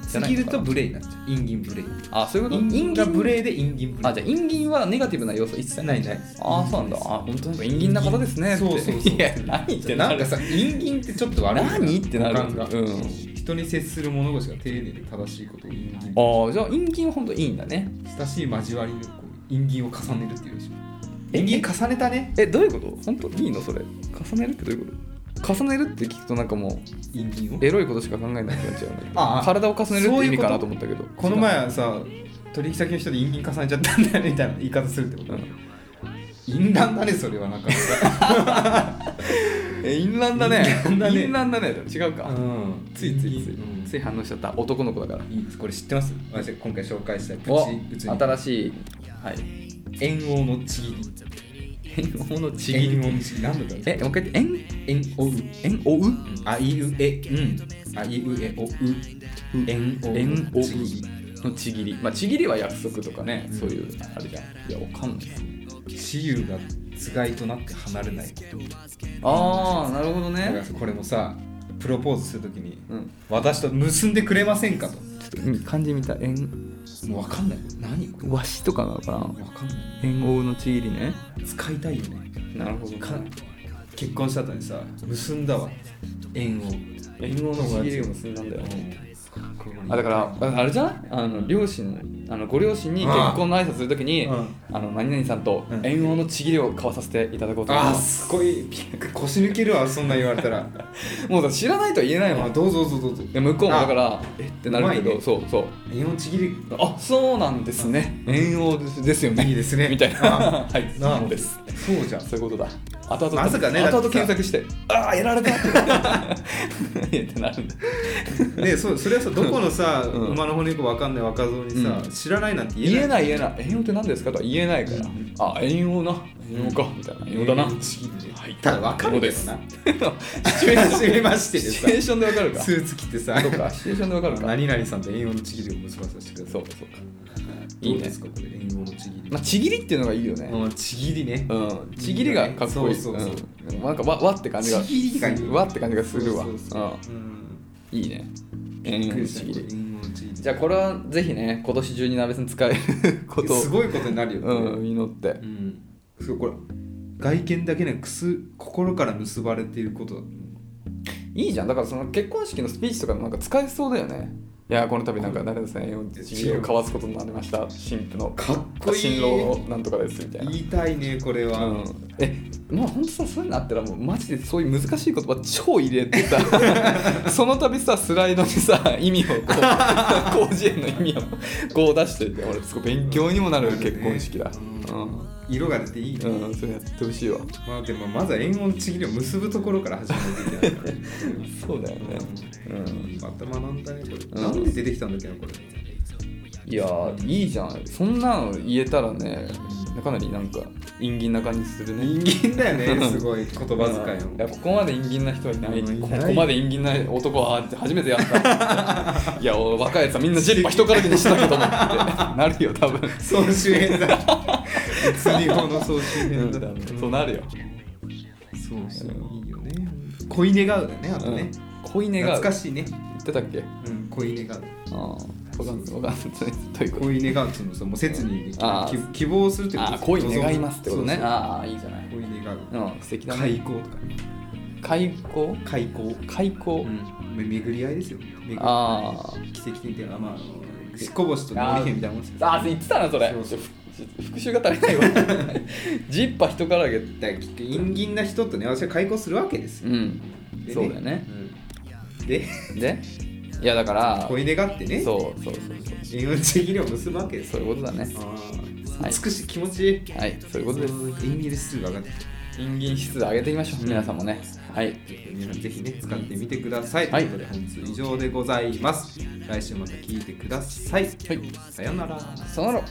Speaker 2: じゃ
Speaker 1: 過
Speaker 2: ない
Speaker 1: ぎ
Speaker 2: の
Speaker 1: る
Speaker 2: かな
Speaker 1: と無礼になっちゃう。陰銀無礼。
Speaker 2: あそういうこと
Speaker 1: 陰銀が無礼で陰銀無礼。
Speaker 2: あじゃあ陰銀はネガティブな要素一切
Speaker 1: ないない
Speaker 2: ああそうなんだあ本当なんか陰銀な方ですねって
Speaker 1: そうそうそう
Speaker 2: いや何っ
Speaker 1: じ
Speaker 2: て
Speaker 1: ゃあ
Speaker 2: な
Speaker 1: なん
Speaker 2: る
Speaker 1: かさ、陰銀ってちょっと悪いな。
Speaker 2: 何ってなる
Speaker 1: 感が
Speaker 2: うん
Speaker 1: 人に接する物腰が丁寧で正しいことを陰銀。
Speaker 2: ああじゃあ陰銀は本当いいんだね
Speaker 1: 親しい交わりのこう陰銀を重ねるっていうでしょ。陰銀重ねたね。
Speaker 2: えどういうこと本当いいのそれ重ねるってどういうこと重ねるって聞くとなんかもう
Speaker 1: 陰銀を。
Speaker 2: エロいことしか考えなくなっちゃうね
Speaker 1: ああ
Speaker 2: 体を重ねるって
Speaker 1: そう
Speaker 2: 意
Speaker 1: いう
Speaker 2: 味
Speaker 1: こと
Speaker 2: かなと思ったけど
Speaker 1: この前はさ、取引先の人で陰銀重ねちゃったんだよみたいな言い方するってこと。淫乱だね、それは なんか。
Speaker 2: え淫乱だね
Speaker 1: 淫乱だね
Speaker 2: 淫乱だね違うか、
Speaker 1: うん
Speaker 2: ついついつい、
Speaker 1: うん
Speaker 2: つい反応しちゃった男の子だから
Speaker 1: いいですこれ知ってます私今回紹介したプ
Speaker 2: お
Speaker 1: チうつに
Speaker 2: 新しいはい
Speaker 1: 円王のちぎり
Speaker 2: 円王のちぎ
Speaker 1: 円
Speaker 2: り
Speaker 1: 王のちぎり何だった
Speaker 2: えもう一回言って
Speaker 1: 円王う
Speaker 2: 円円おう
Speaker 1: あいうえうんあいうえおう円王
Speaker 2: 円
Speaker 1: のちぎ
Speaker 2: のちぎりまあちぎりは約束とかね、
Speaker 1: うん
Speaker 2: そういうあれじゃんいやわかんない
Speaker 1: り雌雄がつがいとなって離れない
Speaker 2: ああなるほど
Speaker 1: だから
Speaker 2: ね
Speaker 1: さこれもさプロポーズするときに
Speaker 2: うん
Speaker 1: 私と結んでくれませんかと
Speaker 2: ちょっとうん漢字見た円
Speaker 1: もう分かんない何これ
Speaker 2: 和紙とかなのかな
Speaker 1: 分かんない
Speaker 2: 円王のちぎりね
Speaker 1: 使いたいよね
Speaker 2: なるほど
Speaker 1: か結婚した後にさ結んだわ円王
Speaker 2: 円王のちぎりを結んだんだよ
Speaker 1: うん
Speaker 2: あだからあれじゃないあの両親あのご両親に結婚の挨拶するときに
Speaker 1: うん
Speaker 2: あの何々さんと
Speaker 1: うん
Speaker 2: 円王のちぎりを交わさせていただこうと思い
Speaker 1: あー
Speaker 2: ます
Speaker 1: すごいピック腰抜けるわそんなん言われたら
Speaker 2: もうさ知らないとは言えないも
Speaker 1: あ
Speaker 2: ん
Speaker 1: どうぞどうぞどうぞ
Speaker 2: で向こうもだからえってなるけ
Speaker 1: うま
Speaker 2: ど、
Speaker 1: いね
Speaker 2: そうそう
Speaker 1: 日本ちぎり
Speaker 2: あそうなんですね円王ですですよね
Speaker 1: いいですね
Speaker 2: みたいな
Speaker 1: あ
Speaker 2: はい
Speaker 1: なあ
Speaker 2: そうです
Speaker 1: そうじゃん
Speaker 2: そういうことだ後々
Speaker 1: まさかね
Speaker 2: 後
Speaker 1: だ
Speaker 2: 々
Speaker 1: って
Speaker 2: 検
Speaker 1: さ
Speaker 2: 索してああ やられたいやってなるんだ
Speaker 1: ねそうそれはさどこのさ、
Speaker 2: うん
Speaker 1: 馬の骨かわかんない若造にさ、
Speaker 2: うん
Speaker 1: 知らないなんて言
Speaker 2: 言
Speaker 1: えな
Speaker 2: え
Speaker 1: い
Speaker 2: ない言えない円王って何ですかとは言えないから、
Speaker 1: うん
Speaker 2: あ円王な円王かみたいな円王だな、
Speaker 1: 円王ちぎりね
Speaker 2: はい
Speaker 1: ただわかるけどな
Speaker 2: なシチュエーション
Speaker 1: 初めま して でさ
Speaker 2: シチュエーションでわかるか
Speaker 1: スーツ着てさ
Speaker 2: そうかシチュエーションでわかるか
Speaker 1: 何々さんと円王のちぎりを結ばさせてくださ
Speaker 2: そ
Speaker 1: いう
Speaker 2: そうか
Speaker 1: ど
Speaker 2: いうい
Speaker 1: で
Speaker 2: ね
Speaker 1: すかこれ円王のちぎり、
Speaker 2: まあちぎりっていうのがいいよね、
Speaker 1: うんちぎりね、
Speaker 2: うん、ちぎりがかっこいい。
Speaker 1: そうそうそう
Speaker 2: うんなんかわわって感じが。
Speaker 1: ちぎりがいい
Speaker 2: わって感じがするわ。
Speaker 1: そうそうそう
Speaker 2: うん、いいね。
Speaker 1: うんびっく
Speaker 2: 円
Speaker 1: り
Speaker 2: の
Speaker 1: し
Speaker 2: ち
Speaker 1: た
Speaker 2: ぎ
Speaker 1: ねこれ
Speaker 2: り。
Speaker 1: 円王のちぎり
Speaker 2: じゃあこれはぜひね、今年中に鍋さん使える ことを
Speaker 1: すごいことになるよね、
Speaker 2: うん、祈って
Speaker 1: う。ん、そうこれ外見だけでなくす心から結ばれていることだ
Speaker 2: いいじゃん。だからその結婚式のスピーチとかなんか使えそうだよね。いやーこの度なんか誰ですね、円のちぎりを交わすことになりました。新婦の。
Speaker 1: かっこいい
Speaker 2: 新郎のなんとかですみたいな
Speaker 1: 言。いたいねこれは、
Speaker 2: うん、えまあ本当さそういうのあったらもうマジでそういう難しい言葉超入れてさその度さスライドにさ意味をこう広辞苑の意味をこう出してて俺すごい勉強にもなる結婚式だ
Speaker 1: う
Speaker 2: うんん、
Speaker 1: 色が出ていいね、
Speaker 2: うんそれやってほしいわ
Speaker 1: まあでもまずは円音ちぎりを結ぶところから始めていけないか
Speaker 2: そうだよね
Speaker 1: ら、
Speaker 2: うん
Speaker 1: また学んだねこれ、
Speaker 2: ん
Speaker 1: なんで出てきたんだっけなこれ
Speaker 2: いやーいいじゃんそんなの言えたらねかなりなんか陰銀な感じするね陰
Speaker 1: 人間だよ ねすごい言葉遣い
Speaker 2: い
Speaker 1: の
Speaker 2: やここまで陰銀な人はいない、
Speaker 1: うんい
Speaker 2: こ
Speaker 1: ない
Speaker 2: こまで陰銀な男は初めてやった いやお若いやつはみんなジェッパ人からけにしたけどもってなるよ多分
Speaker 1: 総集編 だ釣り法の総集編だ、
Speaker 2: そうなるよ、
Speaker 1: そうそういいよね恋願うだよねあとね、
Speaker 2: 恋願う
Speaker 1: 懐かしいね、
Speaker 2: 言ってたっけ
Speaker 1: うん、恋願う
Speaker 2: ああ分かんない分かんないどういうこと
Speaker 1: 恋願うっていうのさもう切に
Speaker 2: あ
Speaker 1: 希
Speaker 2: ー
Speaker 1: 希望するってこと
Speaker 2: ああ恋願いますってことね
Speaker 1: そうそう
Speaker 2: ああいいじゃない
Speaker 1: 恋願う
Speaker 2: うん素敵だ
Speaker 1: 開
Speaker 2: ね
Speaker 1: 口とかね
Speaker 2: 開口
Speaker 1: 開口
Speaker 2: 開口、
Speaker 1: め巡り合いですよ巡り
Speaker 2: あ
Speaker 1: 奇跡的なまああのしっこぼしと脳裏変みたいなもんですよ
Speaker 2: あああ言ってたなそれ
Speaker 1: そうそう
Speaker 2: ふ復習が 足りないわジッパ人からげ
Speaker 1: だからきっと陰銀な人とね私は開口するわけです
Speaker 2: う
Speaker 1: よ
Speaker 2: ん
Speaker 1: で
Speaker 2: そうだよね
Speaker 1: うんで
Speaker 2: でいやだから
Speaker 1: 恋願ってね
Speaker 2: そうそうそうそう
Speaker 1: 縁のちぎりを結ぶわけです
Speaker 2: そう
Speaker 1: よ
Speaker 2: いうことだね
Speaker 1: あー
Speaker 2: はい
Speaker 1: 美しい気持ちいい
Speaker 2: はいそういうことです
Speaker 1: 縁切りするわけです
Speaker 2: 人間指数上げていきましょう、皆さんもねはい
Speaker 1: 皆さんぜひね使ってみてください、
Speaker 2: はい
Speaker 1: ということで本日以上でございます来週また聞いてください、
Speaker 2: はい
Speaker 1: さようなら
Speaker 2: さよなら